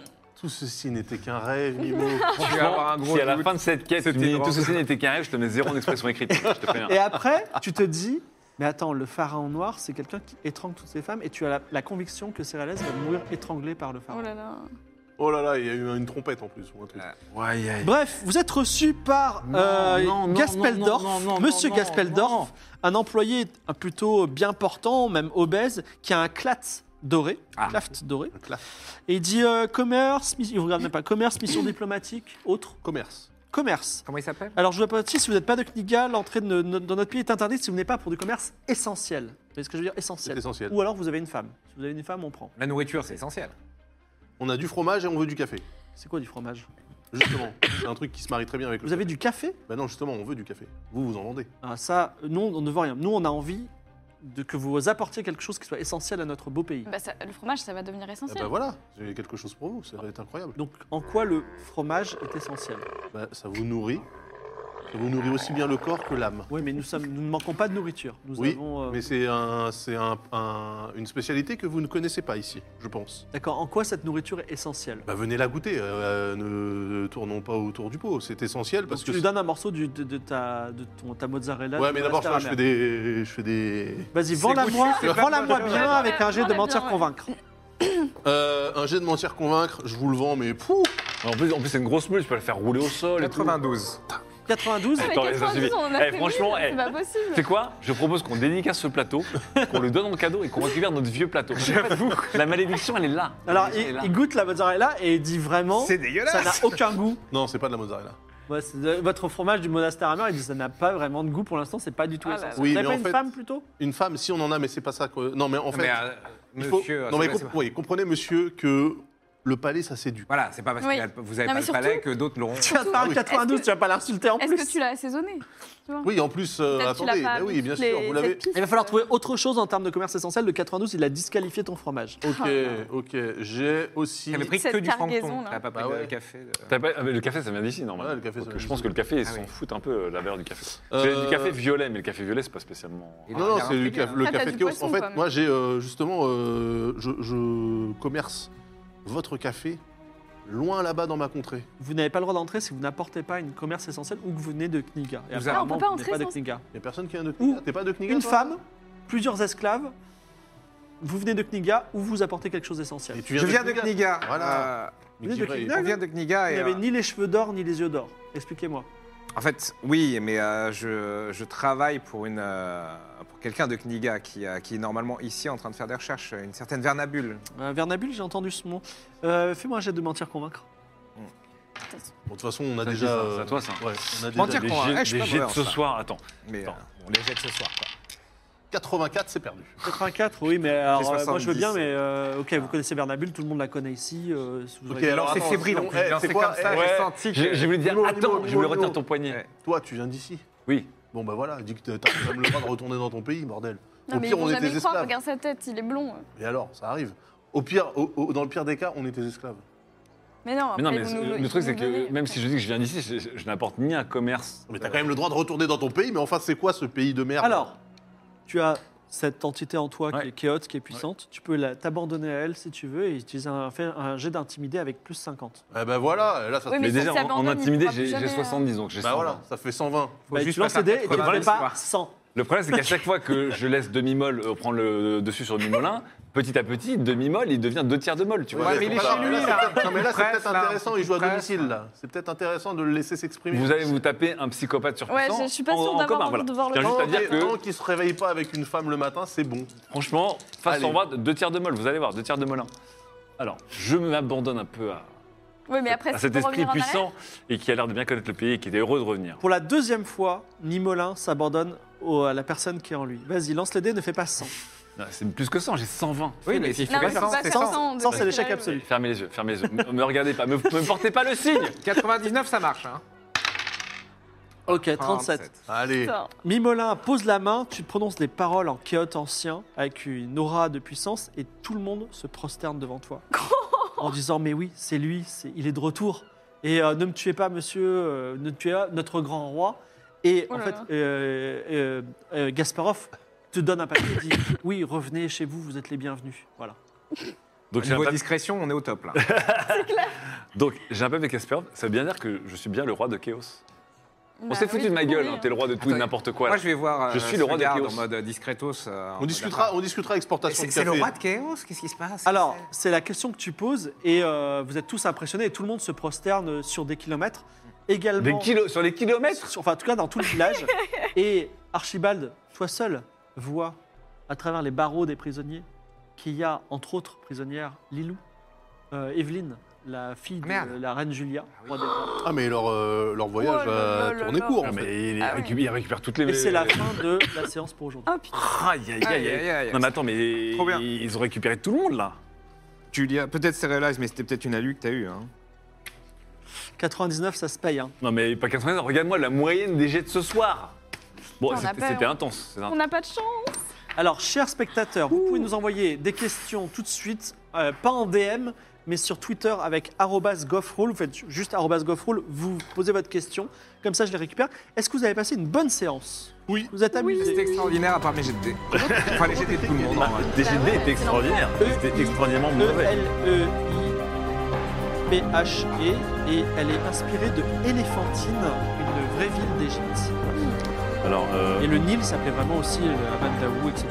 Tout ceci n'était qu'un rêve, Mimo. Tu vas avoir un gros si à la doute. fin de cette quête, tu C'était me dis, drôle. tout ceci n'était qu'un rêve, je te mets zéro en expression écrite. Je te préviens. Et après, tu te dis, mais attends, le pharaon noir, c'est quelqu'un qui étrangle toutes ces femmes, et tu as la, la conviction que Céralès va mourir étranglée par le pharaon. Oh là là. Oh là là, il y a eu une trompette en plus. Ou un truc. Ah. Ouais, ouais. Bref, vous êtes reçu par Non, euh, non, non, Gaspeldorf, non, non, non, Monsieur non, Gaspeldorf, un employé plutôt bien portant, même obèse, qui a un clat doré, Ah. claft doré, Un claf. et il dit euh, commerce, mission, il vous regarde même pas, commerce, mission diplomatique, autre, Commerce. commerce. Comment il s'appelle Alors, je vous avertis, si vous n'êtes pas de Kniga, l'entrée de no- dans notre pays est interdite si vous n'êtes pas pour du commerce essentiel. Vous voyez ce que je veux dire C'est Essentiel. essentiel. Ou alors vous avez une femme. Si vous avez une femme, on prend. La nourriture, c'est essentiel. On a du fromage et on veut du café. C'est quoi du fromage Justement. c'est un truc qui se marie très bien avec le. Ah Vous avez du café Bah non, justement, on veut du café. Vous, vous en vendez. Ah, ça, nous, on ne veut rien. Nous, on a envie de que vous apportiez quelque chose qui soit essentiel à notre beau pays. Bah, ça- le fromage, ça va devenir Eh essentiel. ben voilà, j'ai quelque chose pour vous, ça va être incroyable. Donc, en quoi le fromage est essentiel Bah, ça vous nourrit. Ça vous nourrit aussi bien le corps que l'âme. Oui, mais nous, sommes, nous ne manquons pas de nourriture. Nous Oui, avons. euh, Mais c'est un, c'est un- un- une spécialité que vous ne connaissez pas ici, je pense. D'accord, en quoi cette nourriture est essentielle Bah, venez la goûter, euh, ne tournons pas autour du pot, c'est essentiel parce Donc, que... Tu lui donnes un morceau du- de, de ta, de ton, ta mozzarella. ouais tu mais le d'abord restes à je, la fais mer. des... Je fais des... Vas-y, C'est vends-la-moi goûté, c'est vends -la pas de- bien avec un jet de Vends-la mentir bien, ouais. convaincre. Euh, un jet de mentir convaincre, je vous le vends, mais pouf En plus, en plus c'est une grosse mule, tu peux la faire rouler au sol. et tout. 92. 92 Mais Attends, les 92, insoumis. on en a Eh, fait franchement, mille, eh. c'est pas possible. C'est quoi Je propose qu'on dédicace ce plateau, qu'on le donne en cadeau et qu'on récupère notre vieux plateau. J'avoue. La malédiction, elle est là. La Alors, il, malédiction, elle est là. il goûte la mozzarella et il dit vraiment, C'est ça n'a dégueulasse. aucun goût. Non, c'est pas de la mozzarella. Ouais, c'est de- votre fromage du monastère amer, il dit ça n'a pas vraiment de goût pour l'instant, c'est pas du tout Ah là essentiel. là. Oui, Vous n'avez mais pas en une fait- femme plutôt Une femme, si on en a, mais c'est pas ça que... Non, mais en fait... Mais, euh, il faut- monsieur, non, mais c'est comp- pas- c'est pas- oui, comprenez, monsieur, que le palais, ça séduit. Voilà, c'est pas parce Oui. que vous avez Non, pas mais le palais surtout- que d'autres l'auront. Tu vas te faire un oui. 92, Est-ce tu vas pas l'insulter en Est-ce plus. que tu l'as assaisonné tu vois Oui, en plus, euh, Peut-être tu l'as attendez, pas bah avec oui, bien les- sûr, vous cette l'avez... piste. Il va falloir trouver autre chose en termes de commerce essentiel. Le 92, il a disqualifié ton fromage. Ok, ok, j'ai aussi... T'avais pris Cette que du cargaison, plancton, là. t'as pas pris Bah de ouais. café. de- T'as pas- ah, mais le café, ça vient d'ici, normalement. Ouais, le café, ça Donc, je vient d'ici. pense que le café, ils Ah s'en oui. foutent un peu, euh, la valeur du café. Euh, J'ai Du café violet, mais le café violet, c'est pas spécialement. Et Non, non, t'as c'est un le, truc, ca- hein. le Ah, t'as du café de kiosque. poisson, En fait, quand même. moi, j'ai euh, justement, euh, je, je commerce votre café loin là-bas dans ma contrée. Vous n'avez pas le droit d'entrer si vous n'apportez pas une commerce essentiel ou que vous venez de Kniga. Et Vous avez- apparemment, Ah, on peut pas vous n'êtes entrer de sans- Kniga. Il y a personne qui vient de Ou Kniga. T'es pas de Kniga Une toi femme, plusieurs esclaves, vous venez de Kniga ou vous apportez quelque chose d'essentiel. Et tu Je viens de Kniga. Voilà. Euh, Mais Vous venez qui de vrai, Kniga On vient de Kniga Vous et. n'avez euh, ni les cheveux d'or ni les yeux d'or. Expliquez-moi. En fait, oui, mais euh, je, je travaille pour, une, euh, pour quelqu'un de Kniga qui, euh, qui est normalement ici en train de faire des recherches, une certaine Vernabule. Euh, Vernabule, j'ai entendu ce mot. Euh, Fais-moi un jet de mentir convaincre. Bon, De toute façon, on a Ça, c'est déjà. ça, c'est euh, à toi, ça. Ouais, on a déjà Mentir des- Des Bon, jets- eh, je suis des pas jets de mauvais ce en ça. soir, attends. Mais Attends. euh, on les jette ce soir. quoi. 84, c'est perdu. 84, oui, mais alors, C'est euh, moi je veux 70. bien, mais euh, ok, vous connaissez Bernabule, tout le monde la connaît ici. euh, si vous Ok, avez- alors, C'est attends, fébrile en sinon, plus. eh, hein, c'est C'est quoi, comme ça, eh, j'ai ouais. senti J'ai que. j'ai voulu dire, Lolo, attends, Lolo, je voulais Lolo. retenir ton poignet. Ouais. Toi, tu viens d'ici. Oui. Bon, bah voilà, dis que t'as t'as quand même le droit de retourner dans ton pays, bordel. Non, Au mais pire, ils on vont est jamais des le croire, esclaves. regarde sa tête, il est blond. Et alors, ça arrive. Au pire, au- au- dans le pire des cas, on était esclaves. Mais non, Mais non, après, mais ils vont nous- le ils truc, vont c'est nous donner. que même si je dis que je viens d'ici, je, je- je n'apporte ni un commerce. Mais t'as quand même le droit de retourner dans ton pays, mais enfin, c'est quoi ce pays de merde Alors, tu as cette entité en toi qui Ouais. est qui est haute, qui est puissante. Tu peux la- t'abandonner à elle si tu veux et utiliser un, faire un jet d'intimider avec plus 50. Eh ben voilà, là, ça Oui, fait- Mais mais si déjà, ça en, en abandonne, il intimidé, pourra j'ai plus j'ai jamais, euh, 70, donc j'ai Bah 100. voilà, ça fait 120. Faut Bah, tu juste lances pas les dés faire et tu ne 80, fais c'est pas pas- 100. Le problème, c'est qu'à chaque fois que je laisse demi-molle euh, prendre le dessus sur demi-molin, petit à petit, demi-molle, il devient deux tiers de molle, tu vois. Ouais, mais il est Alors, chez lui, c'est là. peut-être- Non, mais là, c'est Presse, peut-être là. intéressant, il joue à Presse. domicile, là. C'est peut-être intéressant de le laisser s'exprimer. Vous allez vous taper un psychopathe sur Ouais, je- je suis pas sûre d'avoir envie de voir le Juste à Tant dire qu'il- tant que, qu'il se réveille pas avec une femme le matin, c'est bon. franchement, face Allez. en bas, deux tiers de molle, vous allez voir, deux tiers de molin. Alors, je m'abandonne un peu à, Oui, mais après, à c'est cet pour esprit revenir en arrière. puissant et qui a l'air de bien connaître le pays et qui était heureux de revenir. Pour la deuxième fois, Nimolin s'abandonne au- à la personne qui est en lui. Vas-y, lance les dés, ne fais pas 100. Non, C'est plus que 100, j'ai 120. Oui, mais mais il faut Non, mais pas faut faire pas c'est faire cent. 100. Ça, c'est l'échec absolu. Fermez les yeux, fermez les yeux. Me me regardez pas, me, me portez pas le signe 99, ça marche. Hein. Ok, 37. Allez. Mimolin pose la main, tu prononces des paroles en chaos ancien avec une aura de puissance et tout le monde se prosterne devant toi. en disant mais oui, c'est lui, c'est- il est de retour. Et euh, ne me tuez pas monsieur, euh, ne tuez pas notre grand roi. Et Oh en là fait, là. euh, euh, euh, Gasparov te donne un papier et dit oui, revenez chez vous, vous êtes les bienvenus. Voilà. Donc Au j'ai un, niveau papier- discrétion, on est au top là. donc, j'ai un peu avec Kasparov, ça veut bien dire que je suis bien le roi de Chaos. Bah On s'est foutu de ma gueule, hein, t'es le roi de tout et Attends, n'importe quoi. Moi, là. je vais voir. euh, Je suis le ce roi des garde chaos. en mode discretos. euh, en On mode discutera, affaire. on discutera Mais exportation C'est de c'est le café. roi de chaos Qu'est-ce qui se passe Alors, c'est la question que tu poses et euh, vous êtes tous impressionnés et tout le monde se prosterne sur des kilomètres. Des Également, kilos, sur les kilomètres sur- enfin en tout cas dans tout le village. Et Archibald, toi seul, vois à travers les barreaux des prisonniers qu'il y a entre autres prisonnières Lilou, euh, Evelyne, la fille de Merde. la reine Julia. roi des rois. Ah, mais leur, euh, leur voyage Oh là a là tourné là court, Ah, en fait. mais il, est- Ah ouais. récupère, il récupère toutes les. Et c'est la fin de la séance pour aujourd'hui. Oh putain. Aïe, aïe, aïe, aïe. Non, mais attends, mais Trop bien. ils ont récupéré tout le monde là. Julia, peut-être c'est réalise, mais c'était peut-être une alu que t'as eue. Hein. 99, ça se paye. hein. Non, mais pas 80, regarde-moi la moyenne des jets de ce soir. Bon, On a c'était pas- c'était intense. c'est On intense. n'a pas de chance. Alors, chers spectateurs, vous pouvez nous envoyer des questions tout de suite, euh, pas en DM, mais sur Twitter avec arobase @goffrule. Vous faites juste arobase @goffrule, vous posez votre question, comme ça je les récupère. Est-ce que vous avez passé une bonne séance Oui. Vous êtes amusé C'était extraordinaire à part mes jets de dés. Enfin, les jets de dés de tout le monde. en vrai. Bah DGD ouais, était extraordinaire. c'est l'enfer. C'était extraordinairement mauvais. E-L-E-I-P-H-E et elle est inspirée de Éléphantine, une vraie ville d'Égypte. Alors, euh, Et le Nil s'appelait vraiment aussi euh, Amandaou, etc.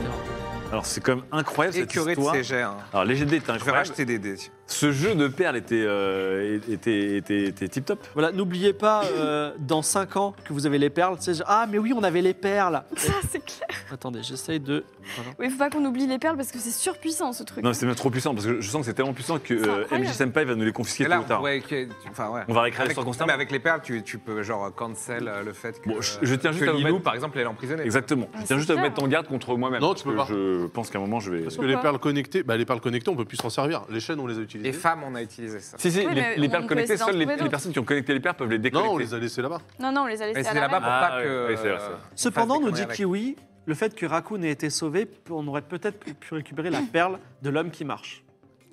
alors c'est quand même incroyable cette Écœuré de histoire. ces jets. hein. Alors les GD était Je vais incroyable. racheter des dés. Ce jeu de perles était, euh, était, était, était tip top. Voilà, n'oubliez pas euh, dans 5 ans que vous avez les perles. tu sais, genre, ah, mais oui, on avait les perles. Ça, c'est clair. Attendez, j'essaye de. voilà. Oui, faut pas qu'on oublie les perles parce que c'est surpuissant ce truc. Non, mais c'est même trop puissant parce que je sens que c'est tellement puissant que C'est euh, incroyable. MJ Senpai va nous les confisquer Et tôt là, ou on tard. pourrait. que- Enfin, ouais. On va récréer Avec, l'histoire non, mais constamment. avec les perles, tu, tu peux genre cancel euh, le fait que. Bon, je- je tiens juste que à vous Lilou, mettre- par exemple, elle est emprisonnée. Exactement. Ah, Je c'est tiens juste à vous clair. mettre en garde contre moi-même. Non, parce tu peux que pas. Je pense qu'à un moment, je vais. Parce que les Pourquoi perles connectées, bah, les perles connectées, on peut plus s'en servir. Les chaînes, on les a Les utilisées. femmes, on a utilisé ça. Si, si, Oui, les, mais les on perles peut connectées, essayer d'en seules les, trouver les d'autres. personnes qui ont connecté les perles peuvent les déconnecter. Non, on les a laissées là-bas. Non, non, on les a Mais laissés à c'était la là-bas pour lame. Ah, pas ouais, que. ouais, c'est vrai, c'est euh, vrai. Cependant, fasse des nous dit conneries avec. Kiwi, le fait que Raccoon ait été sauvé, on aurait peut-être pu récupérer la perle de l'homme qui marche.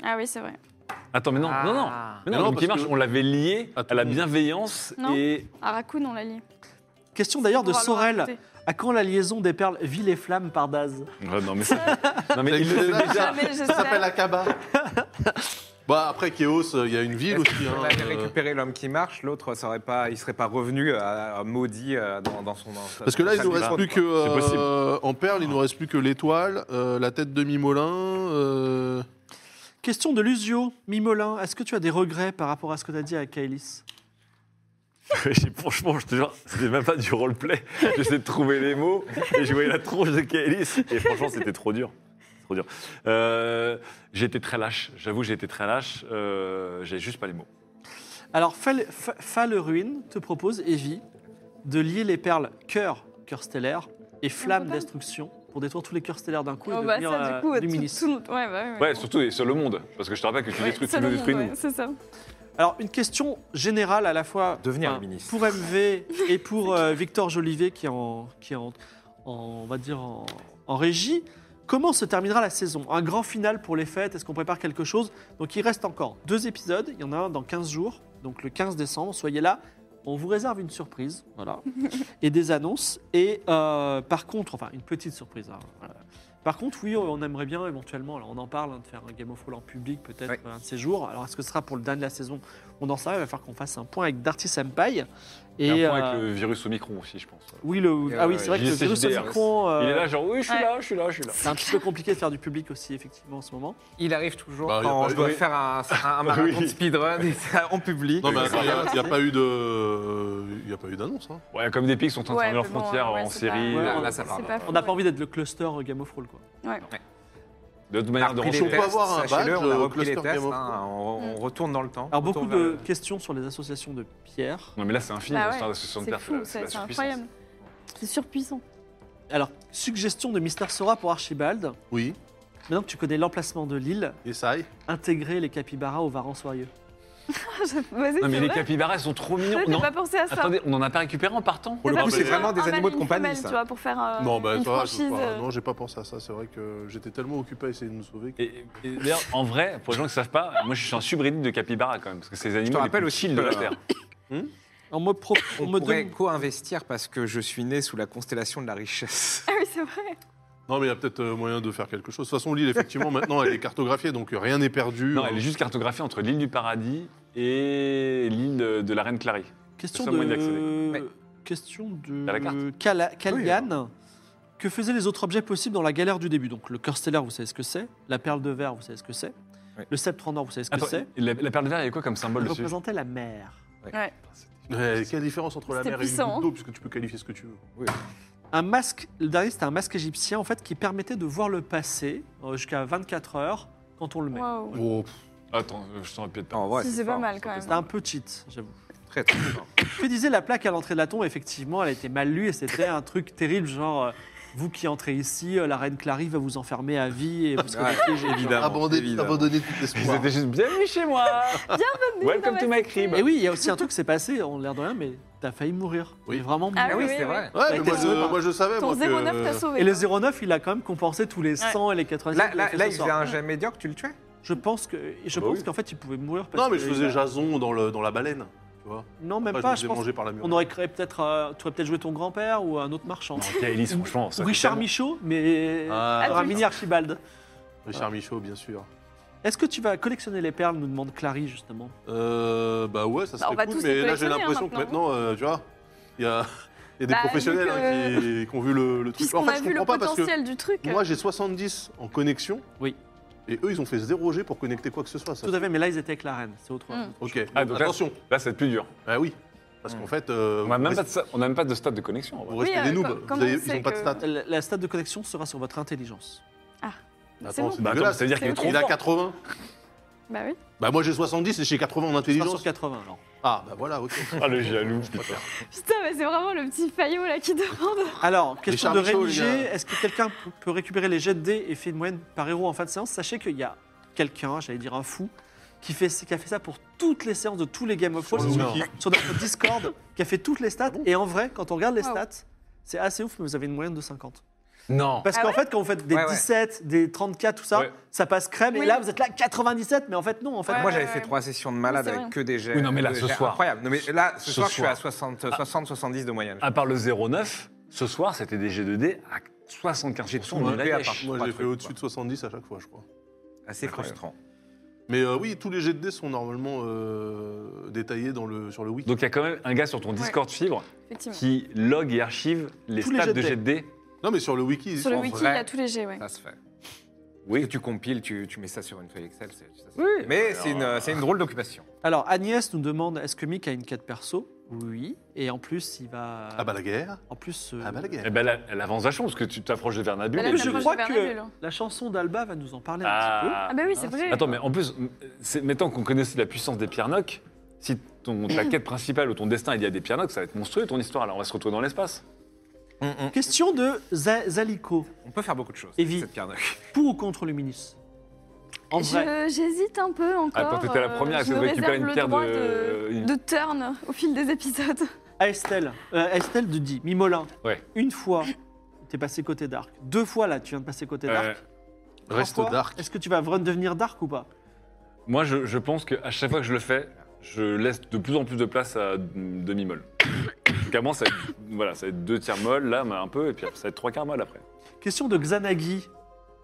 Ah oui, c'est vrai. Attends, mais non, non, non. Mais non, Ah. Non, l'homme qui parce marche, que- on l'avait lié à Attends. la bienveillance Non. et. À Raccoon, on l'a lié. Question d'ailleurs de On va le Sorel. raconter. À quand la liaison des perles Ville et Flamme par Daz Ah, non, mais ça. non, mais Ça il le existe sait déjà. déjà. Jamais, je Ça s'appelle sais. Akaba. bah après Kéos, il y a une ville Est-ce aussi. qu'on hein, avait euh, récupéré l'homme qui marche, l'autre serait pas, il serait pas revenu euh, maudit euh, dans, dans son. Parce que là, il nous reste plus que C'est euh, en perles, il nous reste plus que l'étoile, euh, la tête de Mimolin. euh, Question de Lusio, Mimolin, est-ce que tu as des regrets par rapport à ce que tu as dit à Kaelis J'ai- Franchement, je te jure, c'était même pas du roleplay. J'essayais de trouver les mots et je voyais la tronche de Kaelis. Et franchement, c'était trop dur. Trop dur. Euh, j'ai été très lâche. J'avoue, j'ai été très lâche. Euh, j'ai juste pas les mots. Alors, Fal, Fa- Falleruin te propose, Evie, de lier les perles cœur, cœur stellaire, et flamme, peut pas. destruction, pour détruire tous les cœurs stellaires d'un coup et Oh bah devenir ça, euh, du coup, tout, luministe. tout, le- ouais, bah, ouais, ouais. Ouais, surtout, et sur le monde. Parce que je te rappelle que tu Ouais, détruis, tu seul nous au détruis, monde, nous. ouais, C'est ça. Alors, une question générale à la fois Devenir enfin, ministre. pour MV et pour euh, Victor Jolivet qui est, en, qui est en, en- on va dire en, en régie. Comment se terminera la saison Un grand final pour les fêtes Est-ce qu'on prépare quelque chose Donc, il reste encore deux épisodes. Il y en a un dans 15 jours, donc le 15 décembre. Soyez là. On vous réserve une surprise, voilà, et des annonces. Et euh, par contre, enfin, une petite surprise. hein, voilà. Par contre, oui, on aimerait bien éventuellement, alors on en parle, hein, de faire un Game of Thrones en public peut-être euh, Ouais. un de ces jours. Alors, est-ce que ce sera pour le dernier de la saison On en sait, rien, il va falloir qu'on fasse un point avec Darty Senpai. Et un point euh, avec le euh, virus Omicron aussi, je pense. oui, le, Et ah oui, ouais, c'est vrai que le JCJDR, virus Omicron, euh, Il est là, genre, oui, je suis Ouais. là, je suis là, je suis là. c'est un petit peu compliqué de faire du public aussi, effectivement, en ce moment. Il arrive toujours Bah, il y a quand pas je eu- dois oui. faire un, un, un marathon Oui. de speedrun et ça, on publie. Non mais attends, il n'y a, il y a pas eu de, il y a pas eu d'annonce. hein. Ouais, comme des pics sont en train Ouais, de leurs mais bon, frontières ouais, en c'est pas- série. Ouais, euh, Là, là, ça part. C'est pas On n'a fou, pas envie d'être le cluster euh, Game of Thrones, quoi. ouais. De toute manière, de repris les rentrer. on peut avoir un sachez-le, badge, on a euh, repris les cluster tests, Game of hein, Thrones. Mm. on, on retourne dans le temps. Alors, Retourne beaucoup vers de le- questions sur les associations de pierre. Non, mais là, c'est infini. Bah on ouais, sort de 60 C'est pertes, fou, la- c'est la c'est surpuissance. incroyable. C'est surpuissant. Alors, suggestion de Mister Sora pour Archibald. Oui, Maintenant que tu connais l'emplacement de l'île, et ça y est. intégrer les capybaras au Varan soyeux. Vas-y, Non, mais c'est les vrai. capybaras sont trop mignons. Ouais, J'ai Non, pas pensé à ça. attendez, on en a pas récupéré en partant Pour le T'as coup, pas c'est pensé vraiment à des un animaux de mâle et une compagnie, femelle, ça. Tu vois, pour faire euh, non, bah, une ça va, je sais franchise. pas. euh, non, j'ai pas pensé à ça. C'est vrai que j'étais tellement occupé à essayer de nous sauver. Que... Et, et d'ailleurs, en vrai, pour les gens qui ne savent pas, moi je suis un subreddit de capybara quand même, parce que ces animaux les rappelle plus aussi chill de la que- Terre. On me, pro- on On me pourrait donne. co-investir parce que je suis né sous la constellation de la richesse. Ah oui, c'est vrai. Non, mais il y a peut-être euh, moyen de faire quelque chose. De toute façon, l'île, effectivement, maintenant, elle est cartographiée, donc euh, rien n'est perdu. Non, elle est juste cartographiée entre l'île du paradis et l'île de, de la Reine Clary. Question le seul moyen de. d'accéder. Question T'as la carte de. Cala- Calian. Que faisaient les autres objets possibles dans la galère du début Donc, le cœur stellaire, vous savez ce que c'est. La perle de verre, vous savez ce que c'est. Oui. Le sceptre en or, vous savez ce que Attends, c'est. la, la perle de verre, il y a quoi comme symbole Il dessus représentait la mer. Ouais, quelle différence entre la C'était mer et puissant, hein. une goutte d'eau, puisque tu peux qualifier ce que tu veux. Un masque, le dernier, c'était un masque égyptien, en fait, qui permettait de voir le passé euh, jusqu'à 24 heures quand on le met. Waouh. Oh, pff, Attends, euh, je t'en rappelle pas. En vrai, Si, c'est pas fort. mal quand même. C'était un peu cheat, j'avoue. Très, très fort. Que disait la plaque à l'entrée de la tombe Effectivement, elle a été mal lue et c'était un truc terrible, genre euh, vous qui entrez ici, euh, la reine Clary va vous enfermer à vie et vous serez Ouais, piégé. évidemment. abandonner, évidemment. abandonner tout Ils espoir. étaient juste bienvenue chez moi Bienvenue Welcome dans to ma my crib Et oui, il y a aussi un truc qui s'est passé, on l'air de rien, mais T'as failli mourir. Oui. Mais vraiment Ah Ah mourir. oui, oui, c'est oui, vrai. Ouais, Ouais, mais moi t'es je, sauvé. moi je savais. Ton moi, que- 09 t'a sauvé. Et le quoi. 09, il a quand même compensé tous les 100 et les 90. Là, qu'il a là, fait là, ce il soir. faisait un jet médiocre, tu le tuais Je pense que je Bah pense oui. qu'en fait, il pouvait mourir. parce Non, mais que je il faisais a- Jason dans, le, dans la baleine. Tu vois Non, même Après, pas. je Je me faisais pense. manger par la mule. On aurait créé peut-être. euh, tu aurais peut-être joué ton grand-père ou un autre marchand. Kaelis, franchement, ça Ou fait Richard tellement- Michaud, mais Ah, Adulte. Ramini Archibald. Richard Michaud, bien sûr. Est-ce que tu vas collectionner les perles nous demande Clary, justement. Euh, bah ouais, ça Bah, serait on va cool, tous les mais là j'ai collectionner, l'impression hein, que maintenant, euh, tu vois, il y a, il y a des Bah, vu professionnels hein, qui, qui ont vu le, le truc. Puisqu'on En fait, a je vu le comprends pas parce que potentiel du truc. euh, moi j'ai 70 en connexion. Oui. Et eux, ils ont fait 0 G pour connecter quoi que ce soit. Ça. Tout à fait, mais là, ils étaient avec la reine. C'est autre chose. Mm. Ok, Ah, donc donc là- attention. Là, ça va être plus dur. Bah oui, parce qu'en fait, euh, On n'a même, vous pas de sa- on a même pas de stade de connexion. en vrai. vous restez Oui, des euh, noobs, com- comment vous avez- on ils ont sait pas de que- stats. La, la stade de connexion sera sur votre intelligence. C'est Attends, bon. c'est Bah, attends, dégueulasse. ça veut dire qu'il est C'est trop Il a fort. 80. Bah oui. Bah moi j'ai 70 et j'ai 80 en Il sera sur intelligence. 80, alors. Ah bah voilà, ok. Ah, le jaloux, putain. Putain, mais c'est vraiment le petit faillot là qui demande. Alors, question Richard de Michaud, les rédiger. gars. Est-ce que quelqu'un p- peut récupérer les jets de dés et fait une moyenne par héros en fin de séance Sachez qu'il y a quelqu'un, j'allais dire un fou, qui, fait, qui a fait ça pour toutes les séances de tous les Game of Sur Thrones le sur, wiki. Ah sur notre Discord, qui a fait toutes les stats. Et en vrai, quand on regarde les Wow. stats, c'est assez ouf, mais vous avez une moyenne de 50. Non. Parce Ah qu'en ouais fait, quand vous faites des Ouais, ouais. 17, des 34, tout ça, Ouais. ça passe crème. Et Oui. là, vous êtes là 97, mais en fait, non. En fait, Ouais. Moi, j'avais fait trois sessions de malade Oui, c'est avec vrai. que des jets. Oui, non, mais là, des ce jets soir. Incroyable. Non, mais là, ce, Ce soir, soir. Ah. je suis à 60-70 de moyenne. À part le 09, ce soir, c'était des G2D à 75 G de son. On mais est la prêt à dèche. partir. Moi Pas j'ai de fait truc, au-dessus quoi. de 70 à chaque fois, je crois. Assez Incroyable. frustrant. Mais euh, oui, tous les jets de dés sont normalement euh, détaillés dans le, sur le wiki. Donc, il y a quand même un gars sur ton Discord fibre Effectivement. qui log et archive les Tous les stats jets de de dés. G de dés. non, mais sur le wiki, ils Sur le sont en wiki, il y vrai. a tous les jets, ouais. Ça se fait. Oui. Que tu compiles, tu, tu mets ça sur une feuille Excel. c'est- ça se fait. Oui. Mais c'est une, euh, c'est une drôle d'occupation. Alors, Agnès nous demande est-ce que Mick a une quête perso Oui. Et en plus, il va. Ah bah la guerre En plus. euh, Ah bah la guerre Eh ben, elle, elle avance vachement parce que tu t'approches de Vernabule. Bah là, et Et on je tu- approche crois de que- Vernabule. La chanson d'Alba va nous en parler un petit peu. Ah. Ah bah oui, c'est vrai. Attends, mais en plus, c'est- mettons qu'on connaissait la puissance des pierres noques, si ton, ta quête principale ou ton destin est lié à des pierres noques, ça va être monstrueux ton histoire. Là, on va se retrouver dans l'espace. Mm, Question de Za- Zalico. On peut faire beaucoup de choses. Evie. avec Cette pierre d'oc. Pour ou contre le Luminus En vrai, Je- J'hésite un peu encore. Attends, t'étais la euh, première à je me se récupérer réserve une le pierre droit de- de... de turn au fil des épisodes. à Estelle, euh, Estelle te dit Mimolin, Ouais. une fois, t'es passé côté Dark. Deux fois, là, tu viens de passer côté Euh, Dark. Trois Reste fois, dark. Est-ce que tu vas vraiment devenir Dark ou pas moi, je, je pense qu'à chaque fois que je le fais, je laisse de plus en plus de place à demi-molle. Donc à moi, ça va être, voilà, ça va être deux tiers molle, là, mais un peu, et puis ça va être trois quarts molle après. Question de Xanagi.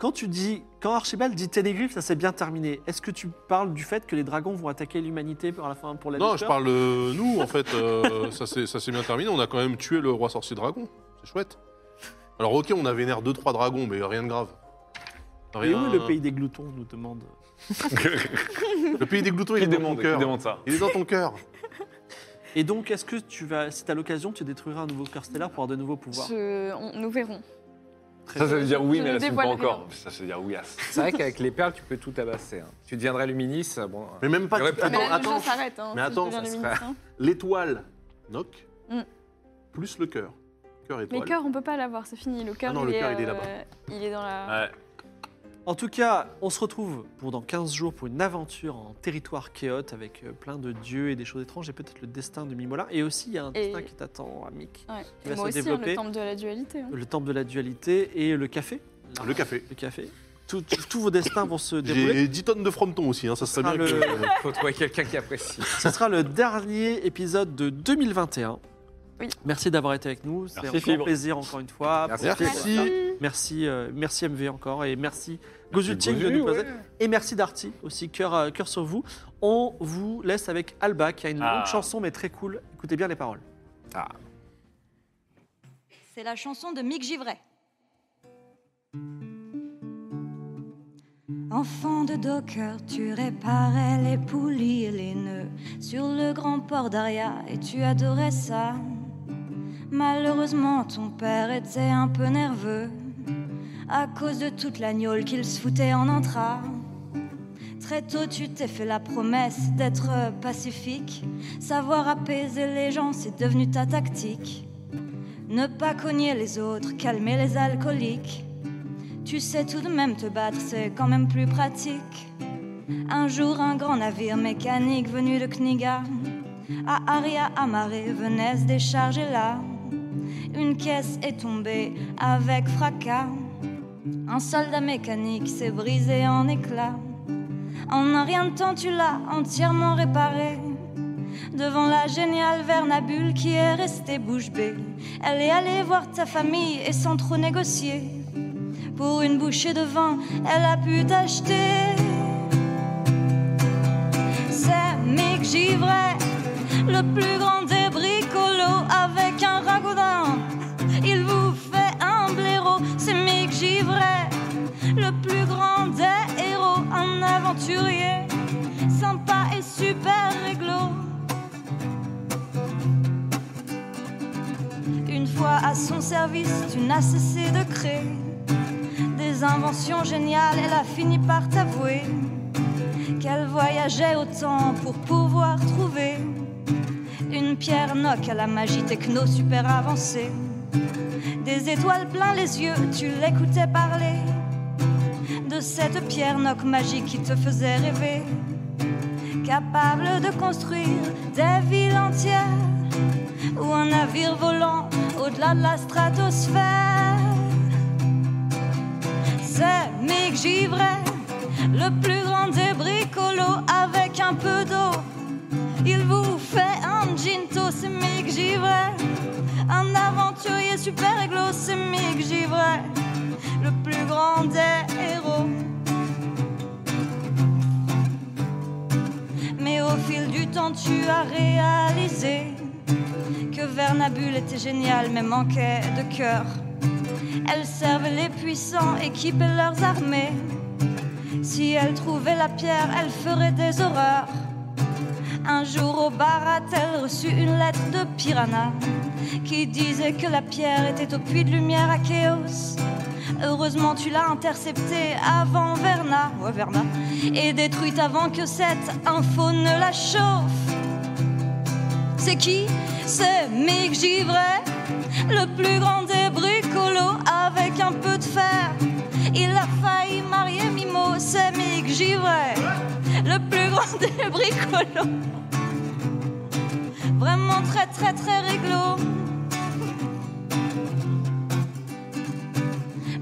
Quand tu dis, quand Archibald dit Ténégriffe, ça s'est bien terminé. Est-ce que tu parles du fait que les dragons vont attaquer l'humanité pour la fin pour la Non, je Luster parle euh, nous, en fait. euh, ça s'est ça s'est bien terminé. On a quand même tué le roi sorcier dragon. C'est chouette. Alors, ok, on a vénère 2-3 dragons, mais rien de grave. Mais où Rien- est le pays des gloutons nous demande. Le pays des gloutons, il qui, est dans ton demande, qui cœur. demande ça Il est dans ton cœur. Et donc, est-ce que tu vas, si t'as l'occasion, tu détruiras un nouveau cœur stellaire pour avoir de nouveaux pouvoirs Je- on- Nous verrons. Ça, ça veut dire oui, Je mais ne là, c'est pas dévoile rien. encore. Ça, ça veut dire oui, à C'est vrai qu'avec les perles, tu peux tout tabasser. hein. Tu deviendrais Luminis, euh, bon. Mais même pas. Ouais, Mais attends, là, les gens attends. s'arrêtent. Hein, Mais si je attends, deviens ça le sera- ministre, hein. L'étoile, knock, Mm. plus le cœur. Cœur Mais étoile. cœur, on peut pas l'avoir, c'est fini. Le cœur, Ah non, il, le est, cœur, il est euh, là-bas. il est dans la. Ouais. En tout cas, on se retrouve pour dans 15 jours pour une aventure en territoire chaote avec euh, plein de dieux et des choses étranges et peut-être le destin de Mimola. Et aussi, il y a un Et- destin qui t'attend, Amic. Ouais. Il va Moi se aussi, hein, développer. le temple de la dualité. hein. Le temple de la dualité et le café. Le café. Le café. Tout- tout- tous vos destins vont se dérouler. J'ai 10 tonnes de frometon aussi, hein, ça serait Ah, bien le- que- Faut trouver quelqu'un qui apprécie. Ce sera le dernier épisode de 2021. Oui. Merci d'avoir été avec nous. C'est Merci, un grand Fibre. plaisir encore une fois. Merci, Profitez de ça. Fibre. Merci. Merci, euh, merci MV encore et merci Gozulting de Gozu, nous ouais. poser. Et merci Darty aussi, cœur, euh, cœur sur vous. On vous laisse avec Alba qui a une Ah. longue chanson mais très cool. Écoutez bien les paroles. C'est la chanson de Mick Givray. Enfant de docker, tu réparais les poulies et les nœuds sur le grand port d'Aria et tu adorais ça. Malheureusement, ton père était un peu nerveux à cause de toute la gnôle qu'il se foutait en entra. Très tôt, tu t'es fait la promesse d'être pacifique. Savoir apaiser les gens, c'est devenu ta tactique. Ne pas cogner les autres, calmer les alcooliques. Tu sais tout de même te battre, c'est quand même plus pratique. Un jour, un grand navire mécanique venu de Kniga à Aria amarrée, venait se décharger là. Une caisse est tombée avec fracas. Un soldat mécanique s'est brisé en éclats. En un rien de temps, tu l'as entièrement réparé. Devant la géniale Vernabule qui est restée bouche bée, elle est allée voir ta famille et sans trop négocier. Pour une bouchée de vin, elle a pu t'acheter. C'est Mick Givray, le plus grand des bricolos avec un ragoudin. Il vous fait un blaireau, c'est Mick Givray, le plus grand des héros, un aventurier, sympa et super réglo. Une fois à son service, tu n'as cessé de créer des inventions géniales, elle a fini par t'avouer qu'elle voyageait autant pour pouvoir trouver une pierre noc à la magie techno super avancée. Des étoiles plein les yeux, tu l'écoutais parler de cette pierre noc magique qui te faisait rêver, capable de construire des villes entières ou un navire volant au-delà de la stratosphère. C'est Mick Givray, le plus grand des bricolos avec un peu d'eau. Il vous fait un ginto, c'est Mick Givray. Un aventurier super églo, c'est Mick Givray. Le plus grand des héros. Mais au fil du temps, tu as réalisé que Vernabule était génial mais manquait de cœur. Elle servait les puissants, équipait leurs armées. Si elle trouvait la pierre, elle ferait des horreurs. Un jour au barat, elle reçut une lettre de Piranha qui disait que la pierre était au puits de lumière à Chaos. Heureusement, tu l'as interceptée avant Verna, ouais, Verna, et détruite avant que cette info ne la chauffe. C'est qui C'est Mick Givray, le plus grand des bricolos avec un peu de fer. Il a failli marier Mimo, c'est Mick Givray, le plus grand des bricolos. Vraiment très très très réglo.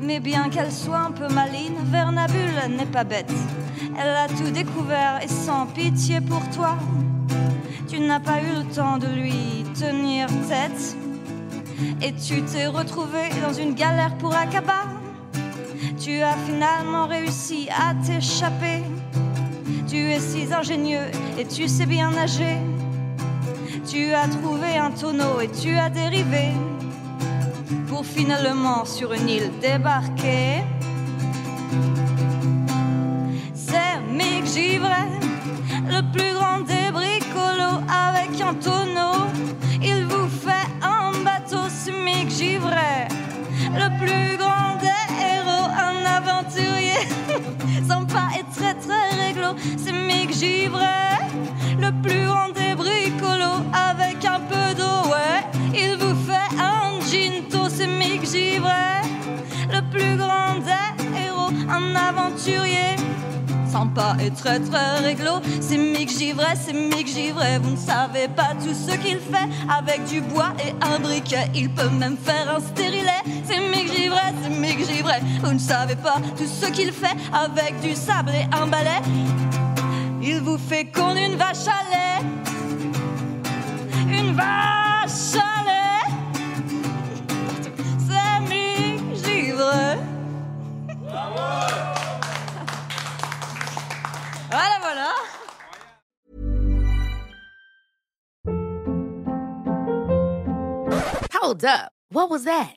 Mais bien qu'elle soit un peu maline, Vernabule n'est pas bête. Elle a tout découvert et sans pitié pour toi. Tu n'as pas eu le temps de lui tenir tête. Et tu t'es retrouvé dans une galère pour Akaba. Tu as finalement réussi à t'échapper. Tu es si ingénieux et tu sais bien nager. Tu as trouvé un tonneau et tu as dérivé. Pour finalement sur une île débarquer. C'est Mick Givray, le plus grand des bricolos avec un tonneau. Il vous fait un bateau, c'est Mick Givray, le plus grand des héros, un aventurier. Sympa et très très réglo, c'est Mick Givray, le plus grand des bricolos avec un peu d'eau, ouais. Il vous fait un ginto, c'est Mick Givray, le plus grand des héros, un aventurier sympa et très très réglo. C'est Mick Givray, c'est Mick Givray. Vous ne savez pas tout ce qu'il fait avec du bois et un briquet. Il peut même faire un stérilet. C'est Mick Givray, c'est Mick Givray. Vous ne savez pas tout ce qu'il fait avec du sable et un balai. Il vous fait con une vache à lait. Une vache à lait. C'est Mick Givray. Voilà, voilà. Hold up. What was that?